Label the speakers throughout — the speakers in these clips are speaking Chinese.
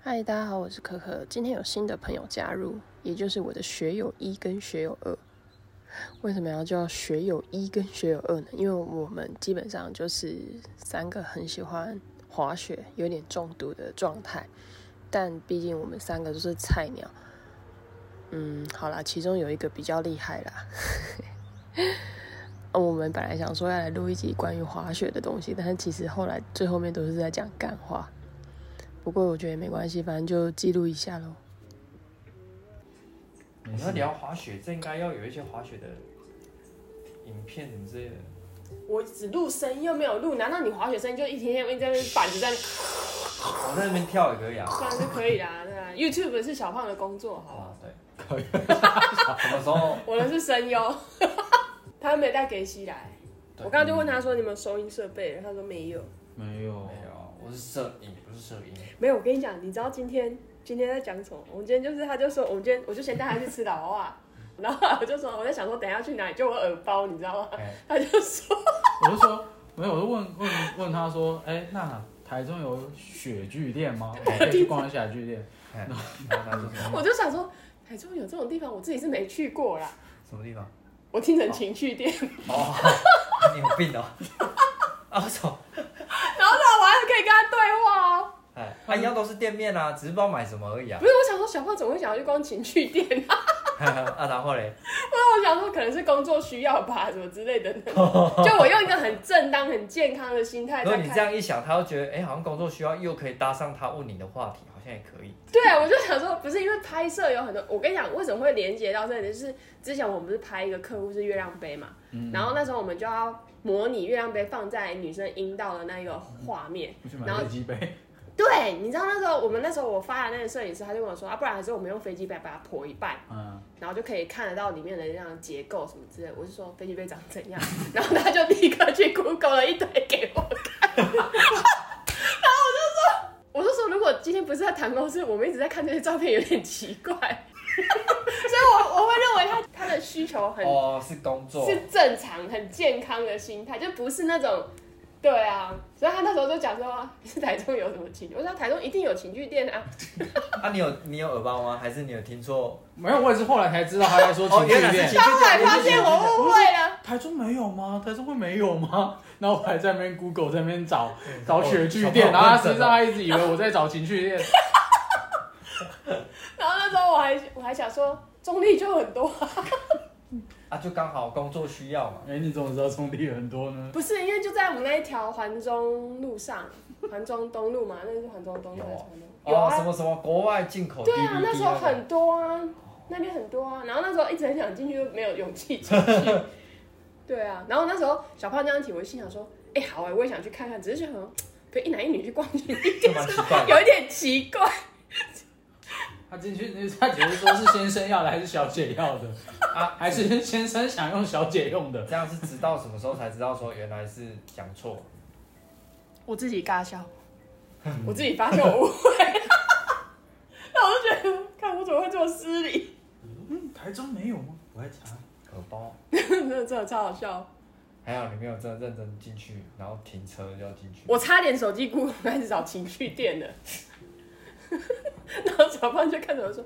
Speaker 1: 嗨，大家好，我是可可。今天有新的朋友加入，也就是我的学友一跟学友二。为什么要叫学友一跟学友二呢？因为我们基本上就是三个很喜欢滑雪，有点中毒的状态。但毕竟我们三个都是菜鸟，嗯，好啦，其中有一个比较厉害啦。 呃我们本来想说要来录一集关于滑雪的东西，但是其实后来最后面都是在讲干话。不过我觉得没关系，反正就记录一下喽。
Speaker 2: 你要聊滑雪，这应该要有一些滑雪的影片什么之类的。
Speaker 3: 我只录声音又没有录，难道你滑雪声音就一天天一直在那边板子在那
Speaker 2: 我在那边跳也可以啊。
Speaker 3: 这样就可以啦？对啊，YouTube 是小胖的工作，好
Speaker 2: 啊，
Speaker 3: 吧？
Speaker 2: 对，可以。 什么时候？
Speaker 3: 我的是声优， 他没带给西来。我刚刚就问他说你有没有收音设备，他说没有。
Speaker 4: 没有
Speaker 2: 没，有，啊我是摄影，不是摄音。
Speaker 3: 没有，我跟你讲，你知道今天今天在讲什么？我们今天就是，他就说我们今天我就先带他去吃老啊，然后我就说我在想说等一下去哪里，就我耳包，你知道吗？
Speaker 2: 哎
Speaker 3: 他就说
Speaker 4: 我就说没有，我就问问问他说，哎、那台中有雪具店 吗？我可以去逛一下具店。
Speaker 2: 哎，然后他说什么
Speaker 3: 我就想说台中有这种地方，我自己是没去过啦，
Speaker 2: 什么地方？
Speaker 3: 我听成情趣店。
Speaker 2: 哦， 你有病哦！啊，为什么？
Speaker 3: 然后呢，我还可以跟他对话哦。
Speaker 2: 哎，啊，一样都是店面啊，只是不知道买什么而已啊
Speaker 3: 不。是，我想说小胖怎么会想要去逛情趣店啊？
Speaker 2: 啊，然后嘞，
Speaker 3: 那我想说可能是工作需要吧，什么之类的 呢。就我用一个很正当、很健康的心态
Speaker 2: 如果
Speaker 3: 在
Speaker 2: 你这
Speaker 3: 看。
Speaker 2: 样一想，他会觉得，哎，好像工作需要，又可以搭上他问你的话题，好像也可以。
Speaker 3: 对，啊我就想说，不是因为拍摄有很多，我跟你讲，为什么会连接到这里，就是之前我们不是拍一个客户是月亮杯嘛，
Speaker 4: 嗯
Speaker 3: 然后那时候我们就要模拟月亮杯放在女生阴道的那个画面。
Speaker 4: 我去买飞机杯，
Speaker 3: 对，你知道那时候我们那时候我发的那个摄影师，他就跟我说啊，不然还是我们用飞机杯把它剖一半。
Speaker 4: 嗯，
Speaker 3: 然后就可以看得到里面的那样结构什么之类的。我就说飞机杯长怎样， 然后他就立刻去 Google 了一堆给我看，然后我就说，我就说如果今天不是在谈公司，我们一直在看这些照片有点奇怪，所以我我会认为他他的需求很、
Speaker 2: 哦，是工作。
Speaker 3: 是正常、很健康的心态，就不是那种。对啊，所以他那时候就讲说，啊是台中有什么情趣？我说台中一定有情趣店啊，
Speaker 2: 啊，你有你有耳包吗？还是你有听错？
Speaker 4: 没有，我也是后来才知道他在说
Speaker 2: 哦，
Speaker 4: 情
Speaker 2: 原
Speaker 4: 趣
Speaker 2: 来是
Speaker 4: 店
Speaker 2: 情。趣
Speaker 3: 后来
Speaker 2: 店。
Speaker 3: 发现我误会了。
Speaker 4: 台中没有吗？台中会没有吗？然后我还在那边 Google 在那边找
Speaker 2: 嗯
Speaker 4: 找雪具
Speaker 2: 哦
Speaker 4: 店，然后他实际
Speaker 2: 小
Speaker 4: 上
Speaker 2: 胖
Speaker 4: 他一直以为我在找情趣 店。
Speaker 3: 然后那时候我还我还想说，中立就很多，
Speaker 2: 啊，就刚好工作需要嘛。
Speaker 4: 哎、你怎么知道中立很多呢？
Speaker 3: 不是因为就在我们那一条环中路上，环中东路嘛，那是环中东路还是环中路？有
Speaker 2: 哦，什
Speaker 3: 啊，
Speaker 2: 么什么国外进口 DVD，
Speaker 3: 对啊，那时候
Speaker 2: 个
Speaker 3: 很多啊，那边很多啊，然后那时候一直很想进去，就没有勇气进去。对啊，然后那时候小胖这样提，我心想说，哎、好哎、我也想去看看，只是想说，可一男一女去逛街，
Speaker 2: 就蛮奇怪的。
Speaker 3: 有一点奇怪。
Speaker 4: 他进去，他只是说是先生要的还是小姐要 的啊？还是先生想用小姐用的？
Speaker 2: 这样是直到什么时候才知道说原来是讲错？
Speaker 3: 我自己尬笑，我自己发现我误会， 那我就觉得，看我怎么会这么失礼。
Speaker 4: 嗯，台中没有吗？我在查。
Speaker 2: 荷包。
Speaker 3: 真的真的超好笑，
Speaker 2: 还好你没有真的认真进去，然后停车就要进去。
Speaker 3: 我差点手机 Google 开始找情趣店了， 然后小胖就看着我说：“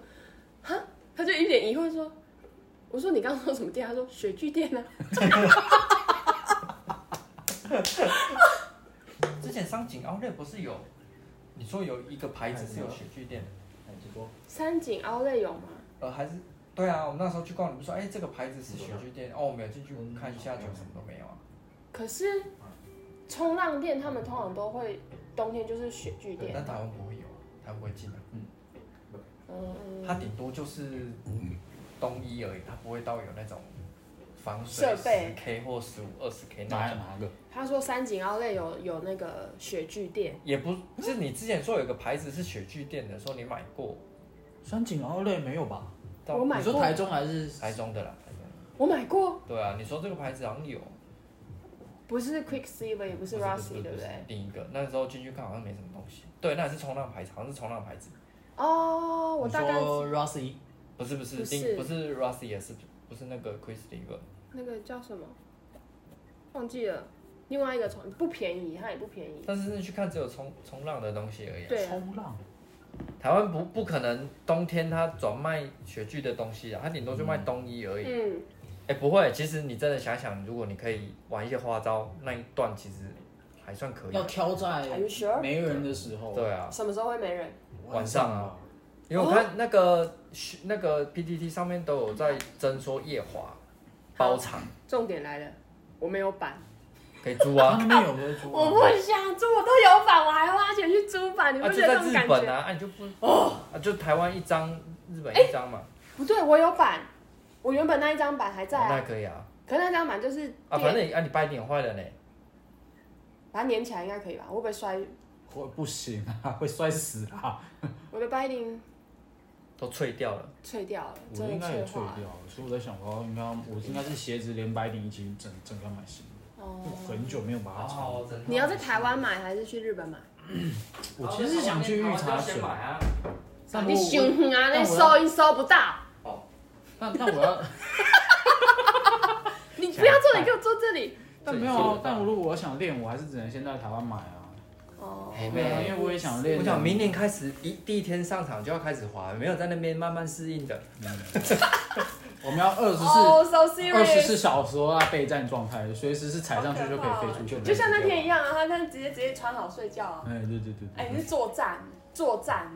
Speaker 3: 哈？”他就一脸疑惑说：“我说你刚刚说什么店？”他说：“雪具店啊。
Speaker 2: 之前商景 Outlet 不是有，你说有一个牌子是有雪具店的，
Speaker 4: 哎直播”
Speaker 3: 三井奥莱有吗？
Speaker 2: 呃，还是对啊，我们那时候去逛，你不是说哎、这个牌子是雪具店？哦，我们有进去看一下，就什么都没有啊。
Speaker 3: 可是冲浪店他们通常都会冬天就是雪具
Speaker 2: 对，
Speaker 3: 店
Speaker 2: 但，台湾不会有，台湾不会进的、啊，
Speaker 3: 嗯，
Speaker 2: 它顶多就是冬衣而已，它不会到有那种防水
Speaker 3: 设备
Speaker 2: K 或十五二十 K 哎那
Speaker 4: 哪
Speaker 2: 种。
Speaker 4: 哪个？
Speaker 3: 他说三井奥莱有有那个雪具店，
Speaker 2: 也不是你之前说有个牌子是雪具店的，说你买过，
Speaker 4: 三井奥莱没有吧？
Speaker 2: 到
Speaker 3: 我买
Speaker 4: 你说
Speaker 3: 过，
Speaker 4: 台中还是
Speaker 2: 台中的啦，台中的。
Speaker 3: 我买过，
Speaker 2: 对啊，你说这个牌子好像有，
Speaker 3: 不是 Quicksilver 也不是 Rossi 对不对？？
Speaker 2: 另一个那时候进去看好像没什么东西，对，那也是冲浪牌子，好像是冲浪牌子，
Speaker 3: 哦，我
Speaker 4: 你
Speaker 3: 大概知
Speaker 4: 说 Rossi
Speaker 2: 不是不是，
Speaker 3: 不是
Speaker 2: 另不是 Rossi 也是不是那个 Chris l i v e r
Speaker 3: 那个叫什么？忘记了。另外一个床不便宜，它也不便宜。
Speaker 2: 但是你去看只有冲冲浪的东西而已啊。
Speaker 3: 对啊，
Speaker 4: 冲浪？
Speaker 2: 台湾不不可能冬天它转卖雪具的东西啊，它顶多就卖冬衣而已。
Speaker 3: 嗯，
Speaker 2: 哎、不会，其实你真的想想，如果你可以玩一些花招，那一段其实还算可以
Speaker 5: 要。挑在
Speaker 3: Are you sure？
Speaker 5: 没人的时候，
Speaker 2: 对啊，
Speaker 3: 什么时候会没人？
Speaker 2: 晚上啊，因为我看那个雪、那个 PPT 上面都有在争说夜华包场
Speaker 3: 重点来了，我没有板，
Speaker 2: 可以租
Speaker 5: 他
Speaker 3: 哦
Speaker 2: 啊，
Speaker 5: 们那边有没有租？
Speaker 3: 我不想租，我都有板，我还花钱去租板，你
Speaker 2: 啊
Speaker 3: 不
Speaker 2: 就
Speaker 3: 觉得
Speaker 2: 在
Speaker 3: 这种
Speaker 2: 日
Speaker 3: 感
Speaker 2: 本
Speaker 3: 觉？哎
Speaker 2: 啊，啊你就不哦、啊就台湾一张，日本一张嘛，
Speaker 3: 不对，我有板，我原本那一张板还在
Speaker 2: 哦那
Speaker 3: 啊，
Speaker 2: 可以啊，
Speaker 3: 可是那张板就是
Speaker 2: 啊
Speaker 3: 垫
Speaker 2: 反正你啊你白点坏了呢，
Speaker 3: 把它粘起来应该可以吧？会不会摔？
Speaker 5: 我不行啊，会摔死啊！
Speaker 3: 我的白领
Speaker 2: 都脆掉了，
Speaker 3: 脆掉了，
Speaker 5: 我
Speaker 3: 真
Speaker 5: 应
Speaker 3: 的啊
Speaker 5: 该也脆
Speaker 3: 化
Speaker 5: 掉
Speaker 3: 了。
Speaker 5: 了，所以我在想，我应该我应该是鞋子连白底一起整整个买新的，我
Speaker 3: 哦，
Speaker 5: 很久没有把它穿。
Speaker 2: 整
Speaker 3: 你要在台湾买还是去日本买？
Speaker 2: 哦
Speaker 5: 我其实是想去御
Speaker 3: 哦
Speaker 5: 茶水，
Speaker 2: 啊，
Speaker 5: 但
Speaker 3: 你
Speaker 5: 如果我
Speaker 3: 想远啊，
Speaker 5: 但
Speaker 3: 你
Speaker 5: 我要
Speaker 3: 收音收不到。
Speaker 5: 但但我 要，
Speaker 3: 你不要坐，你给我坐这里。
Speaker 5: 但没有啊，但我如果我想练，我还是只能先在台湾买啊。
Speaker 3: 哦，
Speaker 5: 对啊，因为我也想练。
Speaker 2: 我想明年开始一第一天上场就要开始滑，没有在那边慢慢适应的。
Speaker 5: 我们要二十
Speaker 3: 哦
Speaker 5: 四
Speaker 3: ，so
Speaker 5: 二十
Speaker 3: serious，
Speaker 5: 四小时都在备战状态，随时是踩上去就可以飞出去
Speaker 2: 好可怕哦
Speaker 5: 了。
Speaker 3: 就像那天一样啊，他那直接直接穿好睡觉啊。
Speaker 5: 哎，对对对
Speaker 3: 哎，
Speaker 5: 对
Speaker 3: 你是作战，作战，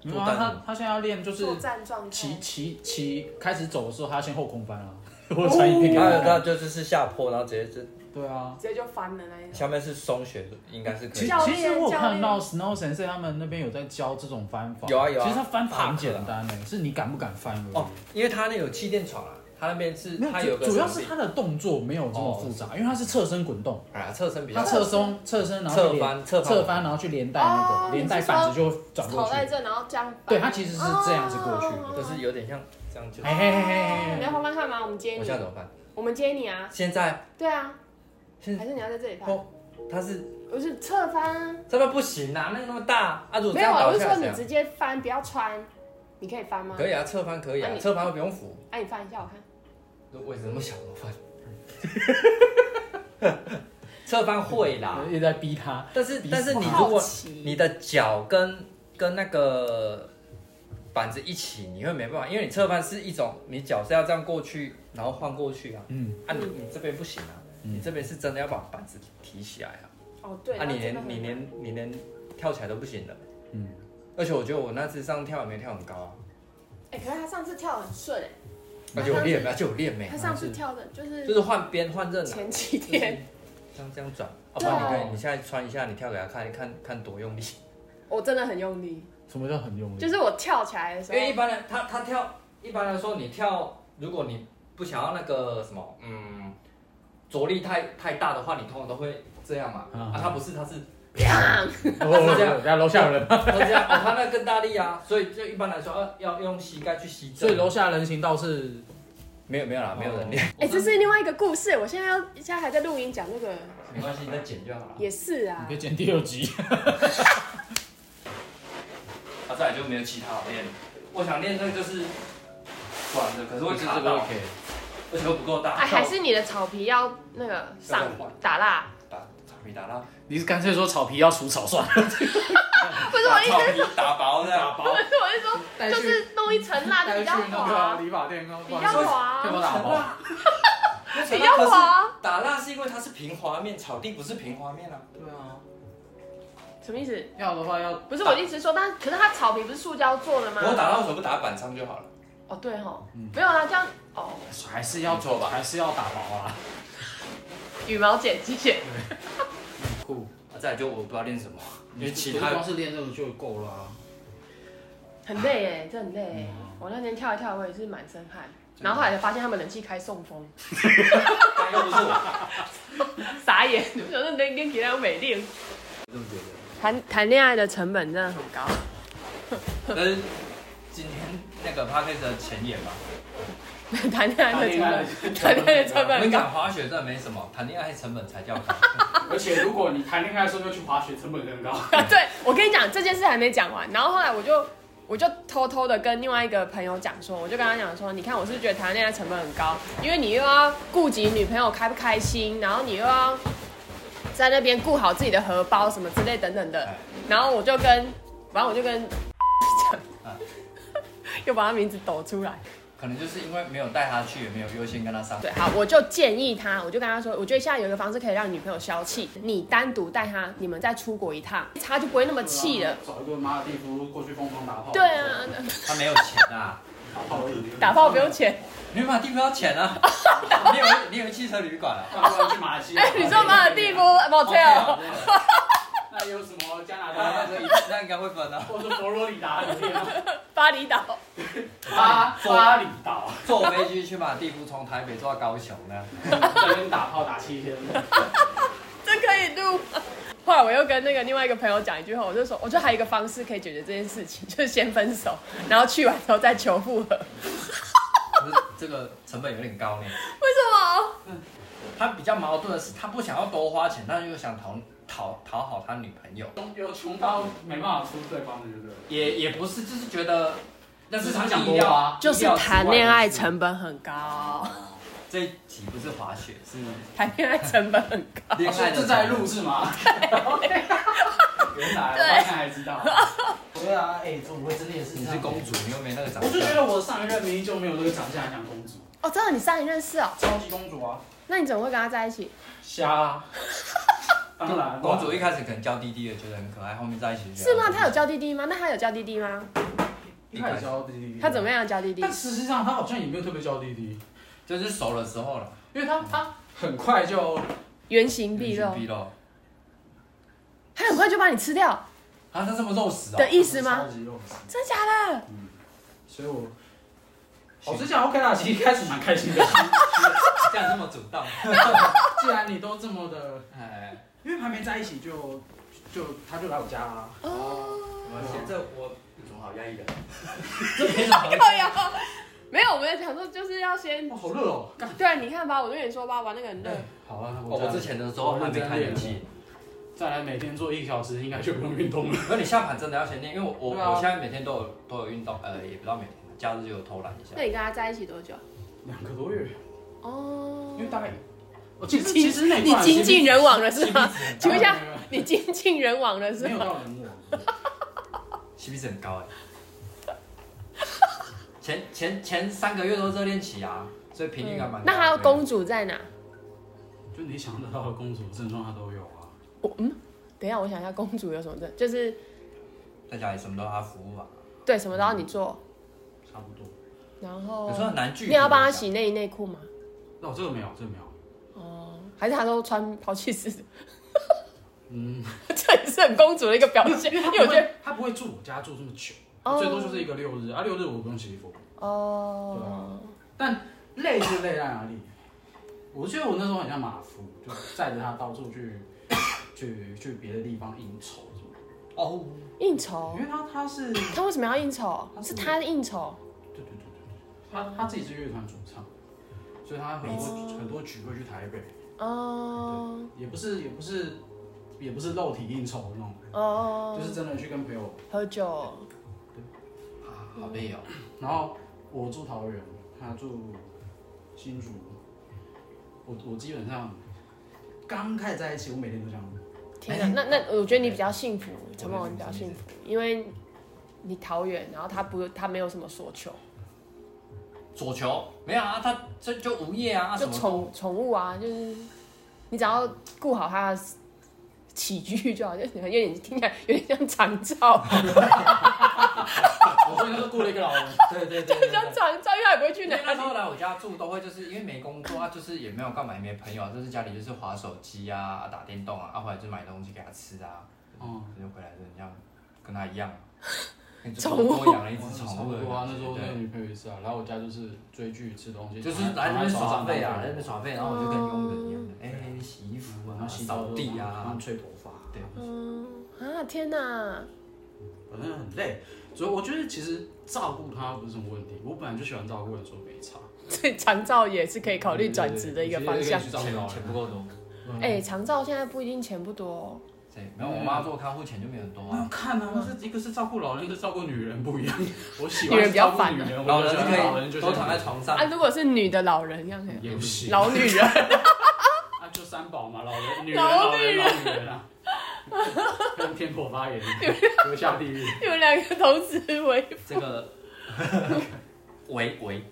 Speaker 5: 对。没有啊，他他现在要练就是
Speaker 3: 作战状
Speaker 5: 骑
Speaker 3: 态。
Speaker 5: 骑骑开始走的时候，他先后空翻 啊，我传影片给
Speaker 2: 他
Speaker 3: 哦
Speaker 5: 他
Speaker 2: 的他
Speaker 5: 看。
Speaker 2: 就就是下坡，然后直接就
Speaker 5: 对啊，
Speaker 3: 直接就翻了那一种。
Speaker 2: 下面是松雪，应该是可
Speaker 5: 其
Speaker 2: 以
Speaker 3: 教。
Speaker 5: 其实我有看
Speaker 3: 教
Speaker 5: 到
Speaker 3: 练
Speaker 5: Snow Sensei 他们那边有在教这种翻法，
Speaker 2: 有啊有啊
Speaker 5: 其实他翻法很简单的，是你敢不敢翻而
Speaker 2: 哦
Speaker 5: 已。，
Speaker 2: 因为他那有气垫床啊，他那边是他
Speaker 5: 没
Speaker 2: 有
Speaker 5: 有，
Speaker 2: 个哦
Speaker 5: 主主要
Speaker 2: 场
Speaker 5: 是
Speaker 2: 地
Speaker 5: 他的动作没有这么复杂，因为他是侧身滚动，
Speaker 2: 啊侧身比较
Speaker 5: 他侧身侧身然后
Speaker 2: 侧
Speaker 5: 去连
Speaker 2: 翻侧翻
Speaker 5: 侧翻然后去连带那
Speaker 3: 哦
Speaker 5: 个连带板子就会转过
Speaker 3: 头在
Speaker 5: 去，
Speaker 3: 这，然后这样翻。
Speaker 5: 对他其实是这样子过去
Speaker 3: 哦
Speaker 5: 的。
Speaker 2: 就是有点像这样就。
Speaker 5: 哎嘿嘿嘿嘿
Speaker 3: 你
Speaker 5: 嘿
Speaker 3: 要翻翻看吗？我们接
Speaker 2: 我现在
Speaker 3: 你，
Speaker 2: 怎么办？
Speaker 3: 我们接你啊。
Speaker 2: 现在
Speaker 3: 对啊，
Speaker 2: 现
Speaker 3: 还
Speaker 2: 在
Speaker 3: 是你要在这里翻？
Speaker 2: 哦，他是
Speaker 3: 我是侧翻啊，
Speaker 2: 这边不行啊，那个那么大啊，如果这
Speaker 3: 没有
Speaker 2: 样
Speaker 3: 啊，
Speaker 2: 倒
Speaker 3: 我是
Speaker 2: 下
Speaker 3: 说
Speaker 2: 来
Speaker 3: 你
Speaker 2: 怎样
Speaker 3: 直接翻，不要穿。你可以翻吗？
Speaker 2: 可以啊，侧翻可以
Speaker 3: 那
Speaker 2: 啊，
Speaker 3: 你
Speaker 2: 侧翻又不用扶。
Speaker 3: 哎，你翻一下我看。
Speaker 2: 为什么想我翻？ 侧翻会啦，
Speaker 5: 一直在逼他，
Speaker 2: 但是
Speaker 5: 比
Speaker 2: 但是你
Speaker 5: 哇
Speaker 2: 如
Speaker 3: 好
Speaker 2: 果
Speaker 3: 奇
Speaker 2: 你的脚跟跟那个板子一起，你会没办法，因为你侧翻是一种，你脚是要这样过去，然后换过去啊，
Speaker 5: 嗯，
Speaker 2: 啊你你这边不行啊，你这边是真的要把板子提起来啊，
Speaker 3: 哦，对，
Speaker 2: 啊你
Speaker 3: 那真
Speaker 2: 连
Speaker 3: 的
Speaker 2: 你
Speaker 3: 很
Speaker 2: 连你连跳起来都不行的，
Speaker 5: 嗯，
Speaker 2: 而且我觉得我那次上跳也没跳很高啊，
Speaker 3: 哎、可是他上次跳得很顺哎、
Speaker 2: 而且我练，而且我练没啊
Speaker 3: 他，上次跳的就
Speaker 2: 就是是换边换刃啊，
Speaker 3: 前几 天，
Speaker 2: 这样这样转，啊不
Speaker 3: 对啊
Speaker 2: 然你可以你现在穿一下，你跳给他看，看看多用力，
Speaker 3: 我真的很用力，
Speaker 5: 什么叫很用力？
Speaker 3: 就是我跳起来的时
Speaker 2: 因为一
Speaker 3: 候，
Speaker 2: 般人他他跳，一般来说你跳，如果你不想要那个什么，嗯，着力太太大的话，你通常都会这样嘛。
Speaker 5: 嗯
Speaker 2: 啊，他不是，他是
Speaker 3: 砰！
Speaker 5: 哦哦，哦等下楼下有人，
Speaker 2: 他这样，哦他那更大力啊。所以就一般来说，呃要用膝盖去吸
Speaker 5: 所以
Speaker 2: 震。
Speaker 5: 楼下人行道是
Speaker 2: 没有没有啦，没有人练，
Speaker 3: 哎、这是另外一个故事，我现在要现在还在录音讲这个，
Speaker 2: 没关系，你再剪就好了。
Speaker 3: 也是
Speaker 5: 你
Speaker 3: 啊
Speaker 5: 可以，剪第六集。
Speaker 2: 啊，再来就没有其他好练。我想练那个就是短的，可是会
Speaker 5: 这
Speaker 2: 卡
Speaker 5: 个
Speaker 2: 到，
Speaker 5: OK，
Speaker 2: 而且又不够大。
Speaker 3: 哎，还是你的草皮要那个上打蜡，
Speaker 2: 打草皮打到，
Speaker 5: 你是干脆说草皮要除草算了，
Speaker 3: 不是我的意
Speaker 2: 草
Speaker 3: 思，
Speaker 2: 皮打薄这样。
Speaker 5: 薄
Speaker 3: 不是 我是说，就是弄一层蜡就比较滑，
Speaker 5: 理发店
Speaker 3: 比较滑，
Speaker 5: 我打薄。
Speaker 3: 比较滑，
Speaker 2: 打蜡是因为它是平滑面，草地不是平滑面啊。
Speaker 5: 对啊，
Speaker 3: 什么意思？
Speaker 5: 要的话要
Speaker 3: 不是我的意思说，但可是它草皮不是塑胶做的
Speaker 2: 我
Speaker 3: 吗？
Speaker 2: 打蜡为什么不打板上就好了？
Speaker 3: 哦，对吼，没有啦，这样哦，
Speaker 5: 还是要做吧，还是要打薄啊。
Speaker 3: 羽毛剪机剪。
Speaker 5: 酷，
Speaker 2: 啊，再来就我不知道练什么，因为其
Speaker 5: 不是
Speaker 2: 他
Speaker 5: 光是练这个就够了啊。
Speaker 3: 很累哎，这很累哎。我那天跳一跳，我也是满身汗，然后后来才发现他们冷气开送风，
Speaker 2: 又不是我，
Speaker 3: 傻眼，我说那练起来有美丽。
Speaker 2: 我这么觉得。
Speaker 3: 谈谈恋爱的成本真的很高，
Speaker 2: 但是今天那个 p a c k a g e 的前言嘛，
Speaker 3: 谈恋爱的成本，谈恋爱的成本
Speaker 2: 你
Speaker 3: 很高。
Speaker 2: 敢滑雪真的没什么，谈恋爱成本才叫高。
Speaker 6: 而且如果你谈恋爱的时候就去滑雪，成本更高。
Speaker 3: 啊对，我跟你讲这件事还没讲完，然后后来我就我就偷偷的跟另外一个朋友讲说，我就跟他讲说，你看我是不是觉得谈恋爱成本很高，因为你又要顾及女朋友开不开心，然后你又要在那边顾好自己的荷包什么之类等等的
Speaker 2: 哎，
Speaker 3: 然后我就跟，反正我就跟 又把他名字抖出来。
Speaker 2: 可能就是因为没有带他去，也没有优先跟他商
Speaker 3: 对，
Speaker 2: 量。
Speaker 3: 好，我就建议他，我就跟他说，我觉得现在有一个方式可以让女朋友消气，你单独带她，你们再出国一趟，他就不会那么气了。
Speaker 5: 找一个马尔蒂夫过去疯狂打炮。
Speaker 3: 对啊，，
Speaker 2: 他没有钱啊，
Speaker 5: 打炮而已
Speaker 3: 打炮不用。 钱。
Speaker 2: 你马地不要钱啊，你有你有汽车旅馆啊？
Speaker 5: 那不然去马来西亚
Speaker 3: 哎、你说马尔蒂夫 motel，
Speaker 5: 那有什么加拿大
Speaker 2: 那
Speaker 5: 那
Speaker 2: 那
Speaker 5: 个，
Speaker 2: 那应该会分啊，
Speaker 5: 或者佛罗里达有没 有？
Speaker 3: 巴厘岛，
Speaker 5: 巴巴厘岛，
Speaker 2: 坐飞机去马地夫，从台北坐到高雄啊呢。
Speaker 5: 在那边打炮打七天。
Speaker 3: 这可以录吗。后来我又跟那个另外一个朋友讲一句话，我就说，哦我就还有一个方式可以解决这件事情，就是先分手，然后去完之后再求复 合。
Speaker 2: 可是这个成本有点高呢。
Speaker 3: 为什么？
Speaker 2: 他比较矛盾的是，他不想要多花钱，但是又想讨讨讨好他女朋友，
Speaker 5: 穷有穷到没办法出对方的，对不对？
Speaker 2: 也也不是，就是觉得那是他
Speaker 5: 只是想
Speaker 2: 意料
Speaker 5: 多花
Speaker 3: 就是谈恋爱。
Speaker 2: 意料之外的事
Speaker 3: 成本很高，
Speaker 2: 这一集不是滑雪，是
Speaker 3: 谈恋爱成本很高。
Speaker 2: 恋爱的
Speaker 5: 这在录嗯哦是 吗？原来
Speaker 3: 对
Speaker 5: 我现在还知道。
Speaker 4: 对啊，哎，怎么会真的也是
Speaker 2: 你是公主，你又没那个长
Speaker 5: 我就觉
Speaker 2: 相。
Speaker 5: 得我上一任明明就没有这个长相，还想公主，
Speaker 3: 哦，真的，你上一任是哦，
Speaker 5: 超级公主啊，
Speaker 3: 那你怎么会跟他在一起？
Speaker 5: 瞎啊。当然，
Speaker 2: 公主一开始可能叫弟弟也觉得很可爱，后面在一起就觉
Speaker 3: 是
Speaker 2: 得
Speaker 3: 吗？他有叫弟弟吗？那他有叫弟弟啊吗？
Speaker 5: 一开始教弟弟，
Speaker 3: 他怎么？样叫弟弟
Speaker 5: 但？实际上他好像也没有特别教弟弟，
Speaker 2: 就是熟了之后了，
Speaker 5: 因为他他很快就
Speaker 3: 原形毕露，
Speaker 2: 逼肉
Speaker 3: 他很快就把你吃掉
Speaker 2: 啊，他这么肉食
Speaker 3: 的
Speaker 2: 哦，
Speaker 3: 意思吗
Speaker 5: 超？级肉食，
Speaker 3: 真假 的？
Speaker 5: 所以我老实讲 OK 啦，其实一开始蛮开心 的。
Speaker 2: 这样这么 主动，
Speaker 5: 既然你都这么的，
Speaker 2: 哎，
Speaker 5: 因为还没在一起就就他就来我家啊啦。
Speaker 3: 哦，
Speaker 2: 我现在我
Speaker 5: 有什么好压抑的？
Speaker 2: 这没什么好
Speaker 3: 对呀，哎没有，我们想说就是要先
Speaker 5: 哇，好热哦！
Speaker 3: 对啊，你看吧，我就跟你说吧，玩那个很热。
Speaker 5: 好啊，
Speaker 2: 哦，我之前的时候还没看演技，
Speaker 5: 再来每天做一个小时，应该就不用运动 了。
Speaker 2: 可是你下盘真的要先练，因为我我、
Speaker 5: 对啊
Speaker 2: 我现在每天都有都有运动，呃，也不知道每天，假日就有偷懒一下
Speaker 3: 那。你跟他在一起多久？
Speaker 5: 两个多月，
Speaker 3: 哦
Speaker 5: 因为大概我其实
Speaker 3: 你
Speaker 5: 其实那一
Speaker 3: 你
Speaker 5: 段
Speaker 3: 精尽人亡了是吗？请问一下
Speaker 5: 没有没有，
Speaker 3: 你精尽人亡了是
Speaker 5: 没有
Speaker 3: 吗？
Speaker 5: 到人我，
Speaker 2: CP 值很高哎、前前前三个月都热恋期啊，所以频率还蛮高的、
Speaker 3: 嗯那还有公主在哪？
Speaker 5: 就你想得到的公主症状她都有啊。
Speaker 3: 我嗯，等一下，我想一下，公主有什么症？就是
Speaker 2: 在家里什么都要他服务啊，
Speaker 3: 对什么都要你做，
Speaker 5: 差不多。
Speaker 3: 然
Speaker 2: 有时候
Speaker 3: 后
Speaker 2: 很难啊具体。
Speaker 3: 哦你要帮她洗。内衣内裤吗？
Speaker 5: 那我这个没有，这个没有。
Speaker 3: 哦，还是她都穿抛弃式的？
Speaker 5: 嗯，
Speaker 3: 这也是很公主的一个表 现，因为我觉得
Speaker 5: 他不会住我家住这么久，
Speaker 3: 哦
Speaker 5: 最多就是一个六日啊，六日我不用洗衣服。
Speaker 3: 哦，
Speaker 5: 累是累在哪里？我觉得我那时候很像马夫，就载着他到处去去去别的地方应酬什么
Speaker 2: 哦，
Speaker 3: 应
Speaker 5: 的，
Speaker 3: 酬
Speaker 5: 因，为他他是对
Speaker 3: 她为什么要应酬？
Speaker 5: 她
Speaker 3: 是
Speaker 5: 是
Speaker 3: 她应酬，
Speaker 5: 对对对对，他他自己是乐团主唱，所以他很多、很多局会去台北，
Speaker 3: 哦
Speaker 5: 也不是也不是也不是肉体应酬的那种，
Speaker 3: 哦
Speaker 5: 就，是真的去跟朋友。
Speaker 3: 喝酒，
Speaker 2: 啊，好累哦。
Speaker 5: 然后我住桃园，他住新竹，我我基本上刚开始在一起，我每天都这样。
Speaker 3: 天啊，那那我觉得你比较幸福，陈梦文比较幸福，因为你桃园，然后他不他没有什么所求，
Speaker 2: 左球没有啊，他这就无业啊，啊什
Speaker 3: 就
Speaker 2: 么
Speaker 3: 宠宠物啊，就是你只要顾好他的起居就好，就是有点听起来有点像 长照，
Speaker 2: 哦
Speaker 5: 我真的是雇了一个老人，
Speaker 2: 对对对 对
Speaker 3: 像
Speaker 2: 对。
Speaker 3: 长照，因为他也不会去
Speaker 2: 因
Speaker 3: 哪
Speaker 2: 为那时
Speaker 3: 里。
Speaker 2: 候来我家住都会就是因为没工作啊，就是也没有干嘛，也没朋友啊，就是家里就是划手机啊、打电动啊，啊回来就买东西给他吃啊，
Speaker 5: 嗯，
Speaker 2: 就回来就很像跟他一 样，哎跟
Speaker 3: 宠
Speaker 2: 多
Speaker 3: 物
Speaker 2: 多养了一只
Speaker 5: 我
Speaker 2: 宠
Speaker 5: 宠
Speaker 2: 物
Speaker 5: 物
Speaker 2: 的
Speaker 5: 对啊，
Speaker 2: 感
Speaker 5: 那时
Speaker 2: 觉
Speaker 5: 候那个
Speaker 2: 对
Speaker 5: 女朋友也是啊，来我家就是追剧、吃东西，
Speaker 2: 就是来这边耍废啊，来这边
Speaker 5: 边
Speaker 2: 耍废，然后我就跟佣人一样的，哎、洗衣服
Speaker 5: 嗯然
Speaker 2: 啊，
Speaker 5: 后哦洗澡
Speaker 2: 扫地啊，
Speaker 5: 吹头发，
Speaker 2: 对，
Speaker 3: 嗯啊，天哪！
Speaker 5: 反正很累。所以我觉得其实照顾他不是什么问题，我本来就喜欢照顾人，所以没差。
Speaker 3: 所以长照也是可以考虑转职的一个方向。
Speaker 5: 嗯对对对
Speaker 2: 钱钱不够多，
Speaker 3: 哎、长照现在不一定钱不多、哦，
Speaker 2: 对，没有，我妈做看护钱就没有多
Speaker 5: 那
Speaker 2: 啊。
Speaker 5: 看啊，是一个是照顾老人，一个是照顾女人不一 样。我喜
Speaker 3: 女
Speaker 5: 欢
Speaker 3: 人
Speaker 5: 是
Speaker 3: 比较
Speaker 5: 照顾
Speaker 3: 烦
Speaker 5: 女人，
Speaker 2: 老
Speaker 5: 我
Speaker 2: 人
Speaker 5: 喜欢老人
Speaker 2: 可
Speaker 5: 就是
Speaker 2: 以都躺在床上
Speaker 3: 啊，，如果是女的老人这样可以吗，
Speaker 5: 也不行，
Speaker 3: 老女人，
Speaker 5: 啊就三宝嘛，老人、女人、
Speaker 3: 老
Speaker 5: 老
Speaker 3: 女
Speaker 5: 人、
Speaker 3: 人
Speaker 5: 老女人啊。用偏颇 发言，留下地狱。
Speaker 3: 你们两个同时为
Speaker 2: 这 个喂喂，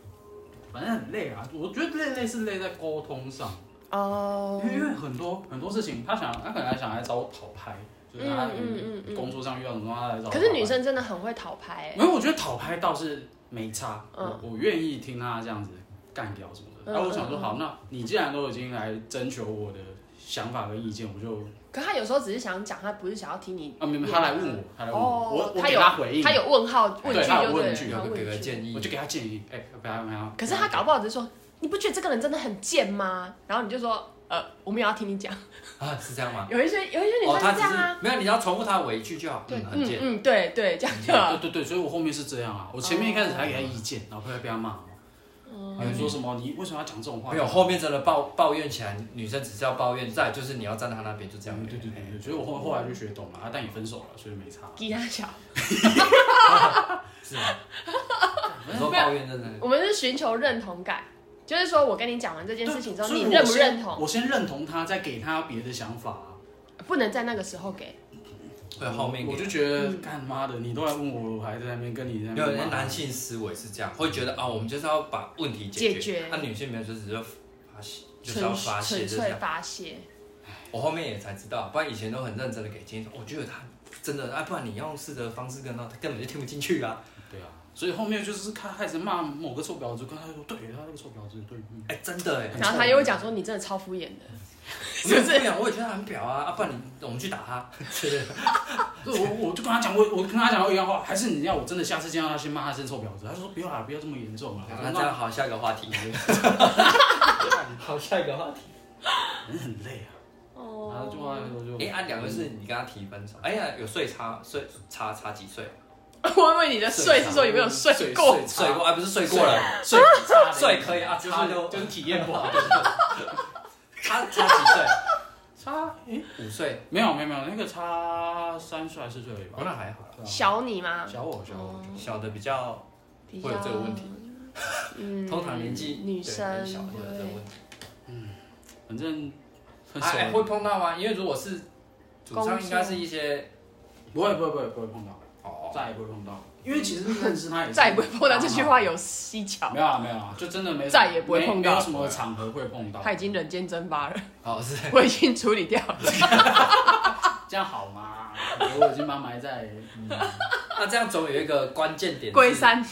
Speaker 5: 反正很累啊，我觉得累累是累在沟通上，
Speaker 3: 哦
Speaker 5: 因为因为很多很多事情，他想他可能还想来找我讨拍，就是他
Speaker 3: 嗯嗯嗯嗯
Speaker 5: 工作上遇到什么东西，他来找我。
Speaker 3: 可是女，生真的很会讨拍、欸，
Speaker 5: 没有，我觉得讨拍倒是没差，
Speaker 3: 嗯
Speaker 5: 我我愿意听他这样子干掉什么的。
Speaker 3: 嗯
Speaker 5: 然后我想说，
Speaker 3: 嗯嗯
Speaker 5: 好，那你既然都已经来征求我的想法跟意见，我就
Speaker 3: 可她有时候只是想讲，她不是想要听你。
Speaker 5: 啊，没没，他来问我，他来问我，我
Speaker 3: 哦，
Speaker 5: 我
Speaker 3: 她
Speaker 5: 给
Speaker 3: 有
Speaker 5: 他回应，
Speaker 3: 她有问号问句
Speaker 5: 对她有
Speaker 3: 就对
Speaker 5: 问
Speaker 3: 了，
Speaker 5: 句
Speaker 3: 她
Speaker 2: 有个给
Speaker 3: 问
Speaker 2: 个
Speaker 3: 句。
Speaker 2: 建议，
Speaker 5: 我就给他建议，哎，不要不要。
Speaker 3: 可是她搞不好只是说，你不觉得这个人真的很贱吗？然后你就说，呃，我们也要听你讲。
Speaker 2: 啊是这样吗？
Speaker 3: 有一些有一些女
Speaker 2: 哦，
Speaker 3: 生
Speaker 2: 他只
Speaker 3: 是这样
Speaker 2: 是
Speaker 3: 啊，
Speaker 2: 没有，你只要重复他的委屈就好，
Speaker 3: 对，
Speaker 2: 嗯，很
Speaker 3: 嗯
Speaker 2: 贱，
Speaker 3: 嗯，对对，这样就好
Speaker 5: 对。对对，所以我后面是这样啊，我前面一开始还给他意见，然后后来被他骂，
Speaker 3: 嗯
Speaker 5: 还有说什么你为什么要讲这种话？
Speaker 2: 没有，后面真的抱抱怨起来，女生只是要抱怨，再来就是你要站在她那边，就这
Speaker 5: 对
Speaker 2: 样。
Speaker 5: 对对对，对，所以我后后来就学懂了，啊但也分手了，所以没差。
Speaker 3: 比他小，
Speaker 2: 是吗？你说抱怨真的，
Speaker 3: 我们是寻求认同感，就是说我跟你讲完这件事情之后，
Speaker 5: 对所以
Speaker 3: 你
Speaker 5: 我
Speaker 3: 认不
Speaker 5: 先
Speaker 3: 认同？
Speaker 5: 我先认同他，再给他别的想法啊。
Speaker 3: 不能在那个时候给。
Speaker 2: 对后面
Speaker 5: 我
Speaker 2: 给啊
Speaker 5: 就觉得干妈的，你都来问我，我还在那边跟你在
Speaker 2: 没
Speaker 5: 那
Speaker 2: 有
Speaker 5: 边
Speaker 2: 人
Speaker 5: 骂
Speaker 2: 男性思维是这样，会觉得啊、我们就是要把问题
Speaker 3: 解
Speaker 2: 解
Speaker 3: 决
Speaker 2: 决。那、女性没有，就只是发泄，就是要
Speaker 3: 纯
Speaker 2: 发泄，
Speaker 3: 纯
Speaker 2: 就是这
Speaker 3: 粹
Speaker 2: 样。
Speaker 3: 发泄，
Speaker 2: 我后面也才知道，不然以前都很认真的给建议，我觉得他真的，啊，不然你用试的方式跟他，他根本就听不进去啊。
Speaker 5: 对啊，所以后面就是他开始骂某个臭婊子，跟他说，对他那个臭婊子，对，嗯
Speaker 2: 哎、真的哎、
Speaker 5: 很
Speaker 3: 然后
Speaker 5: 臭
Speaker 3: 他又讲说你真的超敷衍的，
Speaker 2: 没有不讲，我也觉得他很婊啊，啊，不然你我们去打他，对
Speaker 5: 对，我我就跟他讲，我我跟他讲过一样话，还是你要我真的下次见到他先骂他一声臭婊子，他说不要啦，不要这么严重啊，
Speaker 2: 那这样好，下一个话题。好，下一个话题。
Speaker 5: 人很累啊。然后就后来我就
Speaker 2: 哎、按两个是你跟他提分手，哎呀，有岁差岁差差几岁？
Speaker 3: 我问你的 睡是说有没有睡
Speaker 5: 睡
Speaker 3: 过？
Speaker 5: 差
Speaker 2: 睡过啊，不是睡过了。
Speaker 5: 睡比差的
Speaker 2: 睡可以啊
Speaker 5: 就是
Speaker 2: 差就
Speaker 5: 就是体验不好。
Speaker 2: 差差几岁？
Speaker 5: 差诶，
Speaker 2: 五岁，
Speaker 5: 没有没有没有，那个差三岁还是四岁而已
Speaker 2: 哦，
Speaker 5: 吧。啊
Speaker 2: 那还好啦，
Speaker 3: 小你吗？
Speaker 5: 小我小我，
Speaker 2: 小的比较，
Speaker 3: 比
Speaker 2: 会有
Speaker 3: 较
Speaker 2: 这个问题
Speaker 3: 嗯
Speaker 2: 通常年纪
Speaker 3: 女
Speaker 2: 对
Speaker 3: 生
Speaker 2: 小会有这个
Speaker 3: 会
Speaker 2: 问题。
Speaker 5: 反正啊分
Speaker 2: 哎、哎
Speaker 5: 手
Speaker 2: 会
Speaker 5: 了
Speaker 2: 碰到吗？因为如果是主
Speaker 3: 工
Speaker 2: 唱，
Speaker 3: 作
Speaker 2: 应该是一些
Speaker 5: 不会不会不会不会碰到，
Speaker 2: 哦，
Speaker 5: 再也不会碰到，因为其实认识他也是
Speaker 3: 再也不会碰到这句话有蹊跷
Speaker 5: 没，有啊没有啊，就真的没
Speaker 3: 再也不会碰到
Speaker 5: 没有什么场合会碰到。
Speaker 3: 他已经人间蒸发了，
Speaker 2: 哦是，
Speaker 3: 我已经处理掉了。
Speaker 5: 这样好吗？我已经把它埋在。嗯
Speaker 2: 那这样总有一个关键点是
Speaker 3: 龟，山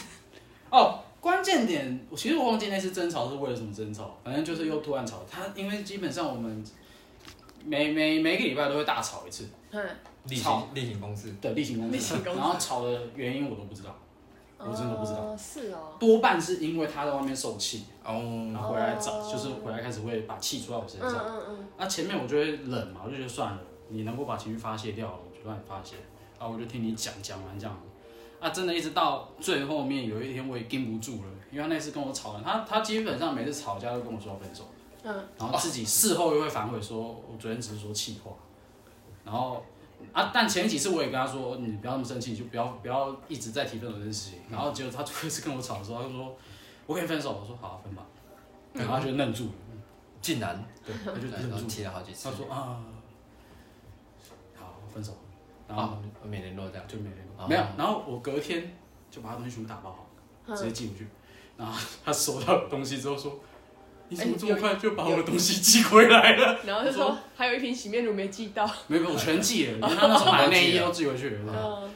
Speaker 5: 哦，关键点，我其实我忘记那次争吵是为了什么争吵，反正就是又突然吵。他因为基本上我们每每每个礼拜都会大吵一次，
Speaker 3: 嗯，
Speaker 2: 例
Speaker 5: 操
Speaker 2: 行例行公事，
Speaker 5: 对，例行公
Speaker 3: 例行
Speaker 5: 事。
Speaker 3: 公事
Speaker 5: 然后吵的原因我都不知道，我真的不知道
Speaker 3: 哦，是哦，
Speaker 5: 多半是因为他在外面受气，然
Speaker 2: 哦，
Speaker 5: 后回来找，
Speaker 3: 哦
Speaker 5: 就是回来开始会把气出在我身
Speaker 3: 嗯
Speaker 5: 上。
Speaker 3: 嗯嗯，
Speaker 5: 那前面我就会忍嘛，我就觉得算了，你能够把情绪发泄掉，我就让你发泄，啊，我就听你讲，讲完这样。啊，真的一直到最后面有一天我也盯不住了，因为他那次跟我吵完，他他基本上每次吵架都跟我说要分手，
Speaker 3: 嗯，
Speaker 5: 然后自己事后又会反悔说，我昨天只是说气话，然后啊，但前几次我也跟他说，你不要那么生气，就不要不要一直在提分手这件事情，然后结果他最后一次跟我吵的时候，他就说我跟你分手，我说好、分吧，然后他就愣住了，
Speaker 2: 竟然
Speaker 5: 对，他就愣
Speaker 2: 对然
Speaker 5: 住
Speaker 2: 后
Speaker 5: 了。
Speaker 2: 提了好几次
Speaker 5: 他，说啊，好，分手，然后
Speaker 3: 哦
Speaker 2: 啊，没联络这样，
Speaker 5: 就没联络，
Speaker 2: 哦
Speaker 5: 没有。然后我隔天就把他东西全部打包好，直接寄回去。然后他收到东西之后说：“你怎么这么快就把我的东西寄回来了
Speaker 3: 然后就嗯说还有一瓶洗面乳没寄到，？”
Speaker 5: 没有，没有我全寄了，因为他那时候把内衣都寄回去 了。
Speaker 3: 嗯，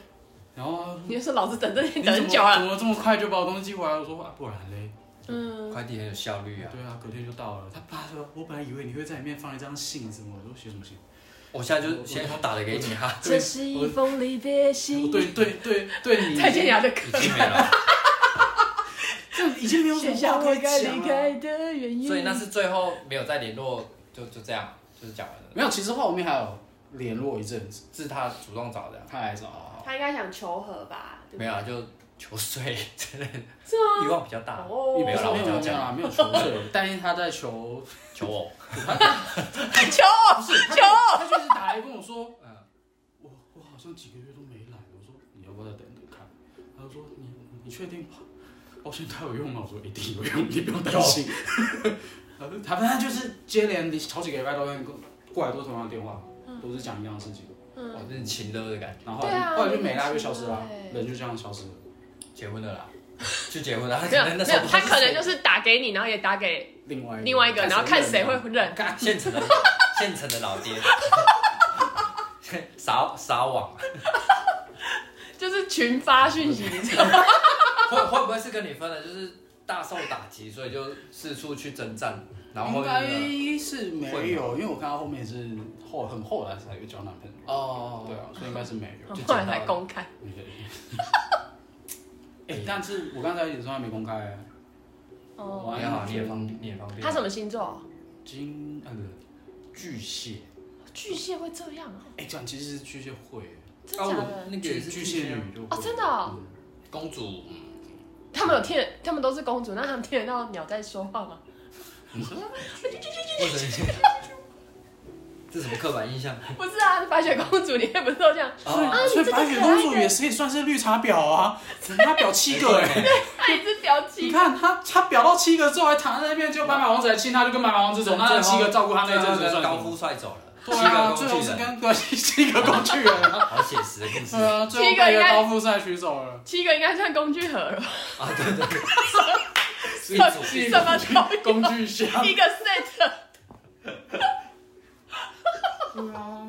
Speaker 5: 然后
Speaker 3: 你就说老子等这
Speaker 5: 你
Speaker 3: 天
Speaker 5: 怎
Speaker 3: 等
Speaker 5: 么
Speaker 3: 很久了，
Speaker 5: 怎么这么快就把我东西寄回来？我说啊，不然嘞。
Speaker 3: 嗯，
Speaker 2: 快递很有效率啊。
Speaker 5: 对啊，隔天就到了。他爸说：“我本来以为你会在里面放一张信什么，我说写什么信？
Speaker 2: 我现在就先打了给你啊哈，
Speaker 3: 这是一封离别
Speaker 5: 我
Speaker 3: 信，
Speaker 5: 对对对对你
Speaker 3: 蔡健雅的歌。
Speaker 2: 已经没了，
Speaker 5: 这已经没有什
Speaker 3: 写
Speaker 5: 么话
Speaker 3: 下
Speaker 5: 可
Speaker 3: 我
Speaker 5: 以
Speaker 3: 该离
Speaker 5: 讲了。”
Speaker 3: 开的原 因。
Speaker 2: 所以那是最后没有再联络，就就这样，就是讲完了，
Speaker 5: 没有，其实后面还有联络一阵子，
Speaker 2: 是他主动找的啊，
Speaker 5: 他哦来找我，
Speaker 3: 他应该想求和吧？对不
Speaker 2: 没
Speaker 3: 对
Speaker 2: 有啊，就求睡之类的，
Speaker 3: 是吗？
Speaker 2: 欲望比较大，
Speaker 3: 哦
Speaker 2: 没有
Speaker 5: 没
Speaker 2: 啦我
Speaker 5: 有
Speaker 2: 这
Speaker 5: 没
Speaker 2: 样
Speaker 5: 有
Speaker 2: 讲
Speaker 5: 啦，没有求水， 但是他在求，
Speaker 2: 求我。
Speaker 3: 求我，求我，
Speaker 5: 他就是打来跟我说，呃
Speaker 2: 嗯
Speaker 5: 我我好像几个月都没来，我说你要不要再等等看？他就说你你确定吗？保险套有用吗？我说一定有用，你不用担 心。然后他反正就是接连好几个礼拜都跟过来都同样的电话，都是讲一样的事情。
Speaker 3: 嗯
Speaker 2: 就是情勒的感觉。
Speaker 5: 然后后来
Speaker 3: 对啊
Speaker 5: 就后来就没啦，就消失啦
Speaker 3: 对，
Speaker 5: 人就这样消失了。
Speaker 2: 结婚了啦，去结婚了。他
Speaker 3: 没
Speaker 2: 可
Speaker 3: 有
Speaker 2: 能那
Speaker 3: 没
Speaker 2: 时候
Speaker 3: 有
Speaker 2: 不，知道
Speaker 3: 他可能就是打给你，然后也打给
Speaker 5: 另外
Speaker 3: 另外一个，然后看谁会
Speaker 5: 认
Speaker 3: 认。
Speaker 2: 干现 成的现成的老爹， 撒撒网，
Speaker 3: 就是群发讯息，你知道吗？
Speaker 2: 会会不会是跟你分了？就是大受打击，所以就四处去征战，然后
Speaker 5: 应
Speaker 2: 后面
Speaker 5: 该是没
Speaker 2: 会
Speaker 5: 有，因为我看到后面是后很后来才有交男朋友。
Speaker 2: 哦，
Speaker 5: 对啊，所以应该是没有。
Speaker 3: 后来才公开。
Speaker 5: 哎、但是我刚才一直说还没公开、欸，
Speaker 3: 哦，
Speaker 5: 我
Speaker 2: 你好，嗯你也方便，你也方便。
Speaker 3: 他什么星座？
Speaker 5: 金那个巨蟹，
Speaker 3: 巨蟹会这样啊？
Speaker 5: 哎、这样其实是巨蟹会欸、
Speaker 3: 真
Speaker 2: 啊
Speaker 3: 假
Speaker 2: 我
Speaker 3: 的？
Speaker 2: 那个也
Speaker 5: 巨
Speaker 2: 是
Speaker 5: 巨蟹女就会
Speaker 3: 哦真的哦
Speaker 5: 嗯
Speaker 2: 公主，
Speaker 3: 他们有听得，他们都是公主，那他们听得到鸟在说话吗？ 啊
Speaker 2: 或者是 这什么刻板 印象？
Speaker 3: 不是啊，白雪公主里面不是都这样？
Speaker 2: 哦，
Speaker 5: 所以
Speaker 3: 啊这个
Speaker 5: 白雪
Speaker 3: 可爱
Speaker 5: 公主
Speaker 3: 的
Speaker 5: 也是也算是绿茶婊 啊，她婊七个哎、
Speaker 3: 她一只表
Speaker 5: 你
Speaker 3: 情，
Speaker 5: 看她她婊到七个之后还躺在那边，就白马王子来亲她，就跟白马王子走，那那七个照顾她那一阵子
Speaker 2: 最后
Speaker 5: 算
Speaker 2: 跟啊高
Speaker 5: 什么
Speaker 2: 富帅走了，
Speaker 5: 对
Speaker 2: 七个
Speaker 5: 啊，
Speaker 2: 工
Speaker 5: 最
Speaker 2: 具人
Speaker 5: 后是跟对七个工具人 啊，
Speaker 2: 好写实的故事
Speaker 5: 对啊，最后
Speaker 3: 七个
Speaker 5: 被
Speaker 3: 应
Speaker 5: 一个
Speaker 3: 该
Speaker 5: 高富帅娶走了，
Speaker 3: 七个应该算工具盒 了吧，
Speaker 2: 啊，对对对，
Speaker 5: 是
Speaker 3: 什么都
Speaker 5: 工具箱。
Speaker 3: 有，一个 set。
Speaker 5: 对啊，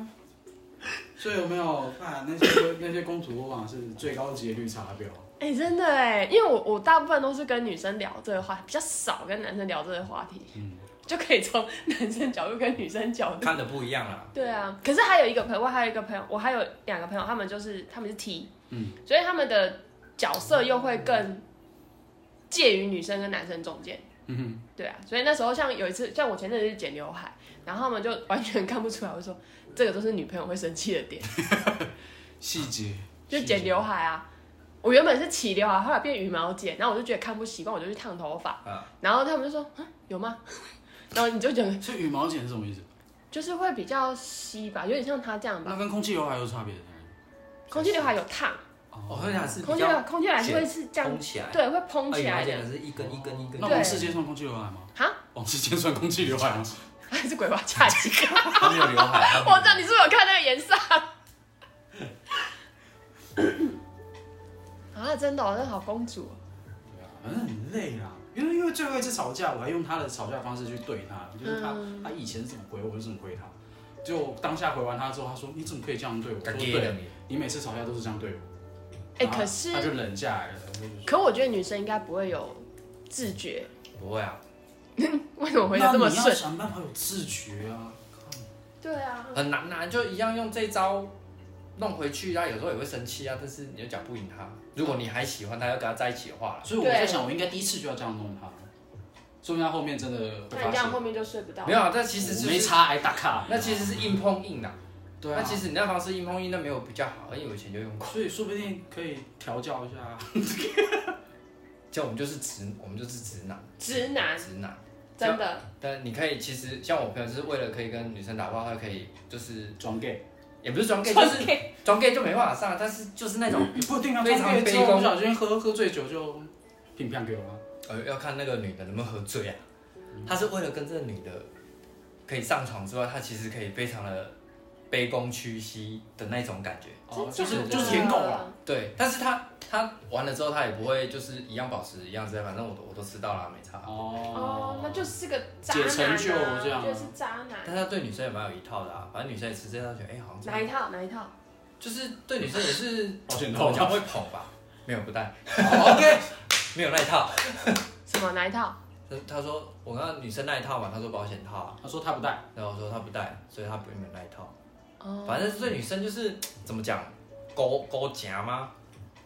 Speaker 5: 所以有没有看那些那些公主我往是最高级的绿茶婊？
Speaker 3: 哎、真的哎，因为我我大部分都是跟女生聊这个话题，比较少跟男生聊这个话题，
Speaker 5: 嗯
Speaker 3: 就可以从男生角度跟女生角度。
Speaker 2: 看的不一样啦。
Speaker 3: 对啊，可是还有一个朋友，我还有一个朋友，我还有两个朋友，他们就是他们是 T，
Speaker 5: 嗯，
Speaker 3: 所以他们的角色又会更介于女生跟男生中间。
Speaker 5: 嗯
Speaker 3: 对啊，所以那时候像有一次，像我前阵子去剪刘海，然后他们就完全看不出来，我就说这个都是女朋友会生气的点，
Speaker 5: 哼，细节
Speaker 3: 就剪刘海啊。我原本是齐刘海，后来变羽毛剪，然后我就觉得看不习惯，我就去烫头发。
Speaker 2: 啊
Speaker 3: 然后他们就说：“嗯，有吗？” 然后你就觉得
Speaker 5: 所以羽毛剪是什么意思？
Speaker 3: 就是会比较稀吧，有点像他这样
Speaker 5: 那
Speaker 3: 吧。
Speaker 5: 跟空气刘海有差别的。
Speaker 3: 空气刘海有烫，
Speaker 5: 哦
Speaker 2: 我好像是比
Speaker 3: 空气
Speaker 2: 较
Speaker 3: 流空气还是会是这样
Speaker 2: 蓬起来，
Speaker 3: 对，会蓬
Speaker 2: 啊
Speaker 3: 起
Speaker 2: 羽毛
Speaker 3: 来
Speaker 2: 剪
Speaker 3: 的。
Speaker 2: 的是一根一根一根，
Speaker 5: 那
Speaker 3: 对
Speaker 5: 王世坚算空气刘海吗？
Speaker 3: 哈，
Speaker 5: 王世坚算空气刘海吗？
Speaker 3: 还是鬼娃恰 吉卡？
Speaker 2: 他没有刘海，
Speaker 3: 我知道你是不是有看那个颜色 啊？啊，真的、哦，真的好公主、哦。
Speaker 5: 对啊，反正很累啦。因为因为最后一次吵架，我还用他的吵架方式去对他，就是他、
Speaker 3: 嗯
Speaker 5: 他以前怎么回我就怎么回他。就当下回完他之后，他说：“你怎么可以这样对我？”我说：“
Speaker 2: 干爹的
Speaker 5: 对，
Speaker 2: 你，
Speaker 5: 你每次吵架都是这样对我。”
Speaker 3: 哎、
Speaker 5: 然后
Speaker 3: 可是
Speaker 5: 他就冷下来了。我就说
Speaker 3: 可我觉得女生应该不会有自觉，
Speaker 2: 不会啊，
Speaker 3: 为什么回
Speaker 5: 那
Speaker 3: 答这么
Speaker 5: 你要
Speaker 3: 顺？
Speaker 5: 想办法有自觉啊！
Speaker 3: 对啊，
Speaker 2: 很难啊，就一样用这一招弄回去啊，有时候也会生气啊，但是你又讲不赢他。如果你还喜欢他，要跟他在一起的话啦，
Speaker 5: 啊所以我在想，我应该第一次就要这样弄他，说明他后面真的会
Speaker 3: 那你
Speaker 5: 发
Speaker 3: 这样后
Speaker 5: 现。
Speaker 3: 面就睡不到。
Speaker 2: 没有啊，那其实
Speaker 5: 我
Speaker 2: 就
Speaker 5: 没
Speaker 2: 是
Speaker 5: 差，还打卡。
Speaker 2: 那其实是硬碰硬啊，
Speaker 5: 对啊，
Speaker 2: 那其实你那方式硬碰硬，那没有比较好，因为我以前就用过。
Speaker 5: 所以说不定可以调教一下。
Speaker 2: 像我们就是直，我们就是直男，
Speaker 3: 直男
Speaker 2: 直男。
Speaker 3: 真的，
Speaker 2: 但你可以，其实像我朋友，就是为了可以跟女生打炮，他可以就是
Speaker 5: 装 gay
Speaker 2: 也不是装 gay，就
Speaker 3: 穿
Speaker 2: 是
Speaker 3: gay
Speaker 2: 装 gay 就没办法上，啊但是就是那种
Speaker 5: 也不一定啊，
Speaker 2: 非常
Speaker 5: 装 gay 之
Speaker 2: 卑
Speaker 5: 后
Speaker 2: 躬
Speaker 5: 不小心喝喝醉酒就品判给我啊。
Speaker 2: 呃要看那个女的能不能喝醉啊。他是为了跟这个女的可以上床之外，他其实可以非常的卑躬屈膝的那种感觉。
Speaker 5: 哦，就
Speaker 3: 真假
Speaker 5: 是
Speaker 3: 的
Speaker 5: 就是舔狗了。
Speaker 2: 对，但是他他玩了之后，他也不会就是一样保持一样之类，反正我都我都知道啊啦，没差。
Speaker 3: 哦
Speaker 5: 哦，，
Speaker 3: 那就是个渣
Speaker 5: 解成
Speaker 3: 男
Speaker 5: 就
Speaker 3: 啊，
Speaker 5: 这样啊
Speaker 3: 就是渣男。
Speaker 2: 但他对女生也蛮有一套的啊，反正女生也吃这套，觉得哎、好像这
Speaker 3: 哪一
Speaker 2: 样，
Speaker 3: 套？哪一套？
Speaker 2: 就是对女生也是
Speaker 5: 保险
Speaker 2: 好
Speaker 5: 套
Speaker 2: 像会捧吧，没有不带，
Speaker 5: OK，
Speaker 2: 没有那一套。
Speaker 3: 什么哪一套？
Speaker 2: 他他说我刚刚女生那一套嘛，他说保险套啊，
Speaker 5: 他说他不带，
Speaker 2: 然后我说他不带，所以他不用那一套。
Speaker 3: 哦，
Speaker 2: 反正对女生就是怎么讲，勾勾夹吗？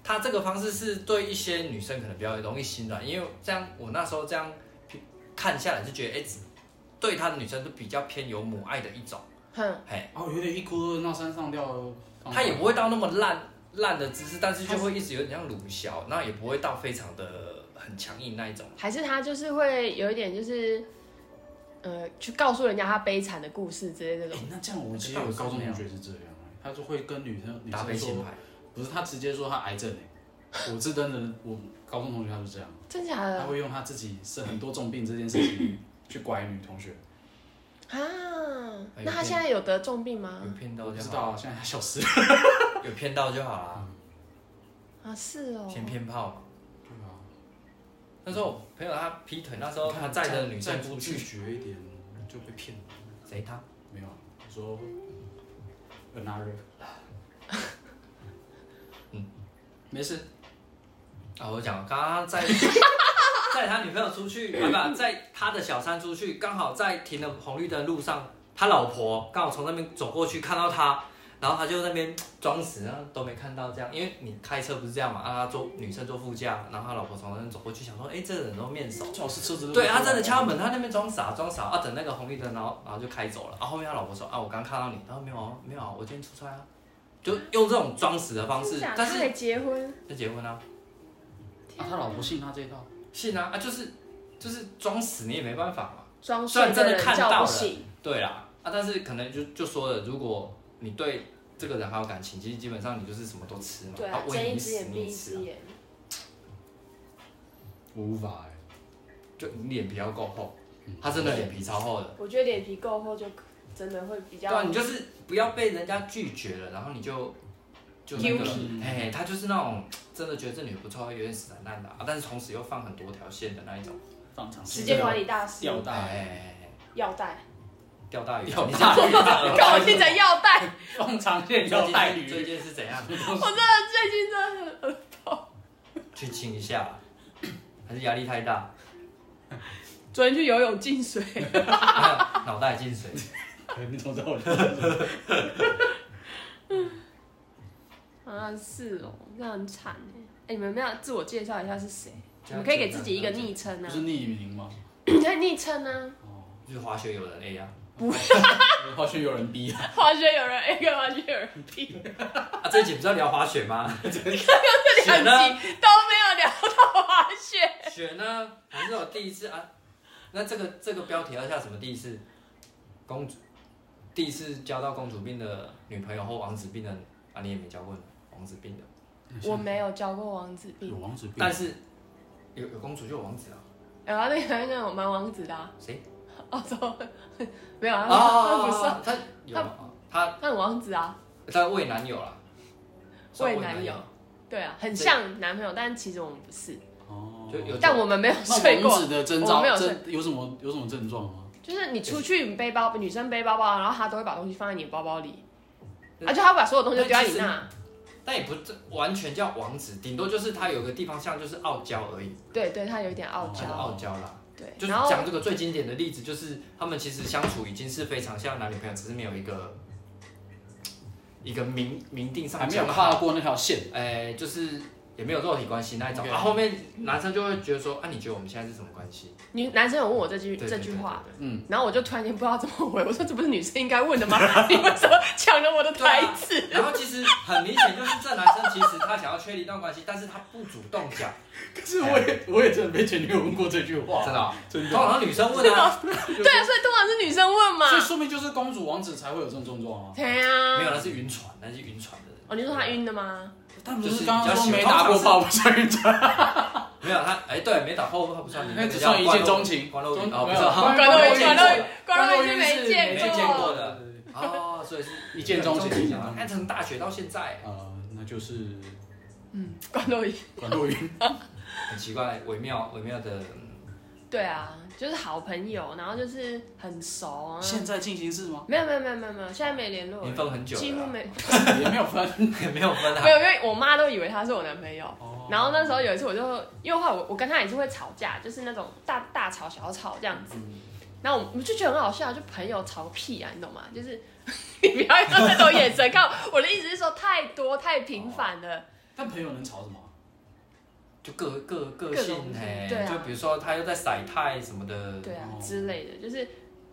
Speaker 2: 他这个方式是对一些女生可能比较容易心软，因为这样我那时候这样看下来就觉得，哎、对他的女生都比较偏有母爱的一种，
Speaker 3: 哼，
Speaker 2: 嘿，
Speaker 5: 哦，有点一哭二闹三上吊。哦
Speaker 2: 他也不会到那么烂烂的姿势，但是就会一直有点像鲁小，然后也不会到非常的很强硬那一种。
Speaker 3: 还是他就是会有一点就是，呃，去告诉人家他悲惨的故事之类的这
Speaker 5: 哎
Speaker 3: 种。
Speaker 5: 那这样我其实有高中同学是这样，他就会跟女生女
Speaker 2: 搭配
Speaker 5: 生说
Speaker 2: 性。牌，
Speaker 5: 不是他直接说他癌症哎、 我是真的，我高中同学他是这样，
Speaker 3: 真假
Speaker 5: 他
Speaker 3: 的啊
Speaker 5: 会用他自己生很多重病这件事情去拐女同学，
Speaker 3: 啊？
Speaker 2: 哎
Speaker 3: 那他现在有得重病吗
Speaker 2: 有？骗到
Speaker 5: 我
Speaker 2: 就
Speaker 5: 知
Speaker 2: 好
Speaker 5: 道，啊，现在他消失了。
Speaker 2: 了，有骗到就好啦，
Speaker 3: 啊，是哦。
Speaker 2: 先骗炮嘛。
Speaker 5: 对啊，
Speaker 2: 那时候我朋友他劈腿，那时候他载的女生
Speaker 5: 不
Speaker 2: 出
Speaker 5: 拒
Speaker 2: 去，
Speaker 5: 绝一点就被骗了。
Speaker 2: 谁他？
Speaker 5: 没有啊，我说 another，
Speaker 2: 没事。啊，我讲，刚刚 在载他女朋友出去，
Speaker 3: 嗯
Speaker 2: 啊不，在他的小三出去，刚好在停了红绿灯的路上，他老婆刚好从那边走过去，看到他，然后他就在那边装死，然后都没看到这样，因为你开车不是这样嘛，啊，他坐女生坐副驾，然后他老婆从那边走过去，想说，哎、这个人都面熟。
Speaker 5: 最好是车子都
Speaker 2: 对，他真的敲门，他那边装傻装傻啊，等那个红绿灯，然后然后就开走了。然、后后面他老婆说啊，我刚看到你，然后没有啊没有啊，我今天出差啊，就用这种装死的方式
Speaker 3: 真假，
Speaker 2: 但
Speaker 3: 他
Speaker 2: 是
Speaker 3: 还结婚，
Speaker 2: 就结婚啊，
Speaker 5: 啊，他老婆信他这一套，
Speaker 2: 信啊啊，就是就是装死你也没办法嘛。
Speaker 3: 装
Speaker 2: 虽
Speaker 3: 睡
Speaker 2: 然真的
Speaker 3: 人
Speaker 2: 看
Speaker 3: 叫
Speaker 2: 到
Speaker 3: 不
Speaker 2: 了
Speaker 3: 醒，
Speaker 2: 对啦啊，但是可能就就说了，如果你对这个人还有感情，其实基本上你就是什么都吃嘛，
Speaker 3: 对
Speaker 2: 啊
Speaker 3: 啊，，睁
Speaker 2: 喂
Speaker 3: 一
Speaker 2: 你
Speaker 3: 只
Speaker 2: 死
Speaker 3: 眼
Speaker 2: 你
Speaker 3: 闭
Speaker 2: 也
Speaker 3: 一
Speaker 2: 吃
Speaker 3: 只
Speaker 2: 啊，
Speaker 3: 眼。
Speaker 5: 我无法哎、
Speaker 2: 就你脸皮要够厚，他真的脸皮超厚的。
Speaker 3: 我觉得脸皮够厚就真的会比
Speaker 2: 对啊，
Speaker 3: 较
Speaker 2: 你就是不要被人家拒绝了，然后你就就那个
Speaker 5: Guilty，
Speaker 2: 哎、他就是那种真的觉得这女的不错，有点死缠烂打、啊，但是同时又放很多条线的那一种，
Speaker 5: 放长
Speaker 3: 时间管理大师
Speaker 5: 吊
Speaker 2: 哎、
Speaker 5: 带，
Speaker 3: 要带，
Speaker 2: 钓大鱼，
Speaker 5: 钓
Speaker 2: 你
Speaker 5: 大鱼
Speaker 2: 这
Speaker 3: 看我听成要 带，
Speaker 5: 放长线
Speaker 2: 最
Speaker 5: 吊
Speaker 2: 近
Speaker 5: 带
Speaker 2: 最
Speaker 5: 鱼，
Speaker 2: 近哎是怎样？
Speaker 3: 我真的最近真的很
Speaker 2: 去亲一下， 还是压力太大，
Speaker 3: 昨天去游泳进水，
Speaker 2: 脑袋进水。
Speaker 5: 你怎么知道我在说什么？
Speaker 3: 啊是哦，那很惨哎。哎，你们没有自我介绍一下是谁？
Speaker 2: 这
Speaker 3: 你
Speaker 2: 样
Speaker 3: 们可以给自己一个昵称
Speaker 5: 不
Speaker 3: 啊
Speaker 5: 是，匿名吗？
Speaker 3: 你看昵称啊，
Speaker 5: 哦，
Speaker 2: 就是滑雪有人 A 啊，
Speaker 5: 后续有人逼啊，
Speaker 3: 滑雪有人 A 跟滑雪 有人 B，
Speaker 2: 啊，这一集不是要聊滑雪吗？
Speaker 3: 这两
Speaker 2: 雪呢
Speaker 3: 集都没有聊到滑雪。
Speaker 2: 雪呢？还是我第一次啊？那这个这个标题要下什么？第一次公主，第一次交到公主病的女朋友或王子病的啊，你也没交过王子病的，
Speaker 3: 我没有交过王子
Speaker 5: 有
Speaker 3: 病，
Speaker 5: 王子病，
Speaker 2: 但是有有公主就有王子啊，
Speaker 3: 然后那个那个蛮王子的啊，
Speaker 2: 谁？
Speaker 3: 澳洲没有啊，他不是
Speaker 2: 哦，他有吗他
Speaker 3: 他很王子啊，
Speaker 2: 他未男友啦，
Speaker 3: 未
Speaker 2: 算
Speaker 3: 男
Speaker 2: 友
Speaker 3: 友，对啊，很像男朋友，但其实我们不是，
Speaker 5: 哦，
Speaker 2: 就有
Speaker 3: 但我们没有睡
Speaker 5: 那
Speaker 3: 过
Speaker 5: 王。子的征
Speaker 3: 我
Speaker 5: 兆
Speaker 3: 没有
Speaker 5: 症有什么有什么症状吗？
Speaker 3: 就是你出去背包，女生背包包，然后她都会把东西放在你的包包里，
Speaker 2: 对
Speaker 3: 而且她会把所有东西都丢在你那。
Speaker 2: 但也不这完全叫王子，顶多就是他有个地方像就是傲娇而已，
Speaker 3: 对对，她有一点
Speaker 5: 哦
Speaker 3: 傲
Speaker 2: 他
Speaker 3: 娇
Speaker 2: 是。哦傲娇啦。
Speaker 3: 对，
Speaker 2: 就是
Speaker 3: 然后
Speaker 2: 讲这个最经典的例子，就是他们其实相处已经是非常像男女朋友，只是没有一个一个明明定上
Speaker 5: 还没有
Speaker 2: 讲
Speaker 5: 跨
Speaker 2: 好，
Speaker 5: 过那条线，
Speaker 2: 哎、就是也没有肉体关系那一种。
Speaker 5: OK
Speaker 2: 然、后后面男生就会觉得说，啊，你觉得我们现在是什么关系？
Speaker 3: 女男生有问我这句
Speaker 2: 对
Speaker 3: 这句话，，
Speaker 5: 嗯，
Speaker 3: 然后我就突然间不知道怎么回，我说这不是女生应该问的吗？ 你为什么抢了我的台词？
Speaker 2: 对对对然后其实很明显就是这男生其实他想要确立一段关系，但是他不主动讲，
Speaker 5: 可是我也我也真的被前女友问过这句话，
Speaker 2: 真的哦、
Speaker 5: 真
Speaker 2: 通
Speaker 5: 的，
Speaker 2: 常女生问啊，
Speaker 3: 对，所以通常是女生问嘛
Speaker 5: 所以。说明就是公主王子才会有这种症状啊。
Speaker 3: 对
Speaker 2: 没有，
Speaker 3: 啊。
Speaker 2: 那是晕船，那是晕船的人。
Speaker 3: 哦，你说她晕的吗？
Speaker 5: 但
Speaker 2: 不
Speaker 5: 不
Speaker 2: 是
Speaker 5: 是
Speaker 2: 刚
Speaker 5: 刚
Speaker 2: 刚
Speaker 5: 刚
Speaker 2: 说
Speaker 5: 说
Speaker 2: 没
Speaker 5: 没
Speaker 2: 打
Speaker 5: 打
Speaker 2: 过
Speaker 5: 过
Speaker 2: 炮
Speaker 5: 炮不算晕船，
Speaker 2: 没有他，哎、对，没打破他不算晕，
Speaker 5: 那只算一见钟情，
Speaker 2: 关漏
Speaker 5: 中
Speaker 2: 晕哦，不
Speaker 5: 没
Speaker 2: 是
Speaker 5: 有
Speaker 2: 哦，
Speaker 3: 关洛云，关
Speaker 5: 关
Speaker 3: 洛
Speaker 5: 洛
Speaker 3: 云
Speaker 5: 云，关洛
Speaker 3: 关洛云是
Speaker 5: 云
Speaker 3: 没
Speaker 5: 是
Speaker 3: 见
Speaker 2: 没见过
Speaker 3: 过。
Speaker 2: 的哦，所以是
Speaker 5: 一见钟情
Speaker 2: 啊！他从大学到现在，
Speaker 5: 呃，那就是
Speaker 3: 嗯，关洛云。
Speaker 5: 关若 云，
Speaker 2: 很奇怪，微妙微妙的，嗯
Speaker 3: 对啊，就是好朋友，然后就是很熟啊。
Speaker 5: 现在进行式吗？
Speaker 3: 没有没有没有没有没有，现在没联络了，
Speaker 2: 年份很久了，啊
Speaker 3: 几乎没
Speaker 5: 也没有分，
Speaker 2: 没有分啊
Speaker 3: 没。有，因为我妈都以为他是我男朋友。
Speaker 5: 哦
Speaker 3: 然后那时候有一次，我就因为后来我我跟他也是会吵架，就是那种大大吵小吵这样子。
Speaker 2: 嗯
Speaker 3: 然后我们就觉得很好笑，就朋友吵个屁啊，你懂吗？就是 你不要用那种眼神看我，我的意思是说太多太频繁了。
Speaker 5: 但朋友能吵什么啊？
Speaker 2: 就各各个
Speaker 3: 各
Speaker 2: 性
Speaker 3: 种
Speaker 2: 哎，
Speaker 3: 对啊
Speaker 2: 就比如说他又在晒太什么的，
Speaker 3: 对啊
Speaker 5: 哦
Speaker 3: 之类的，就是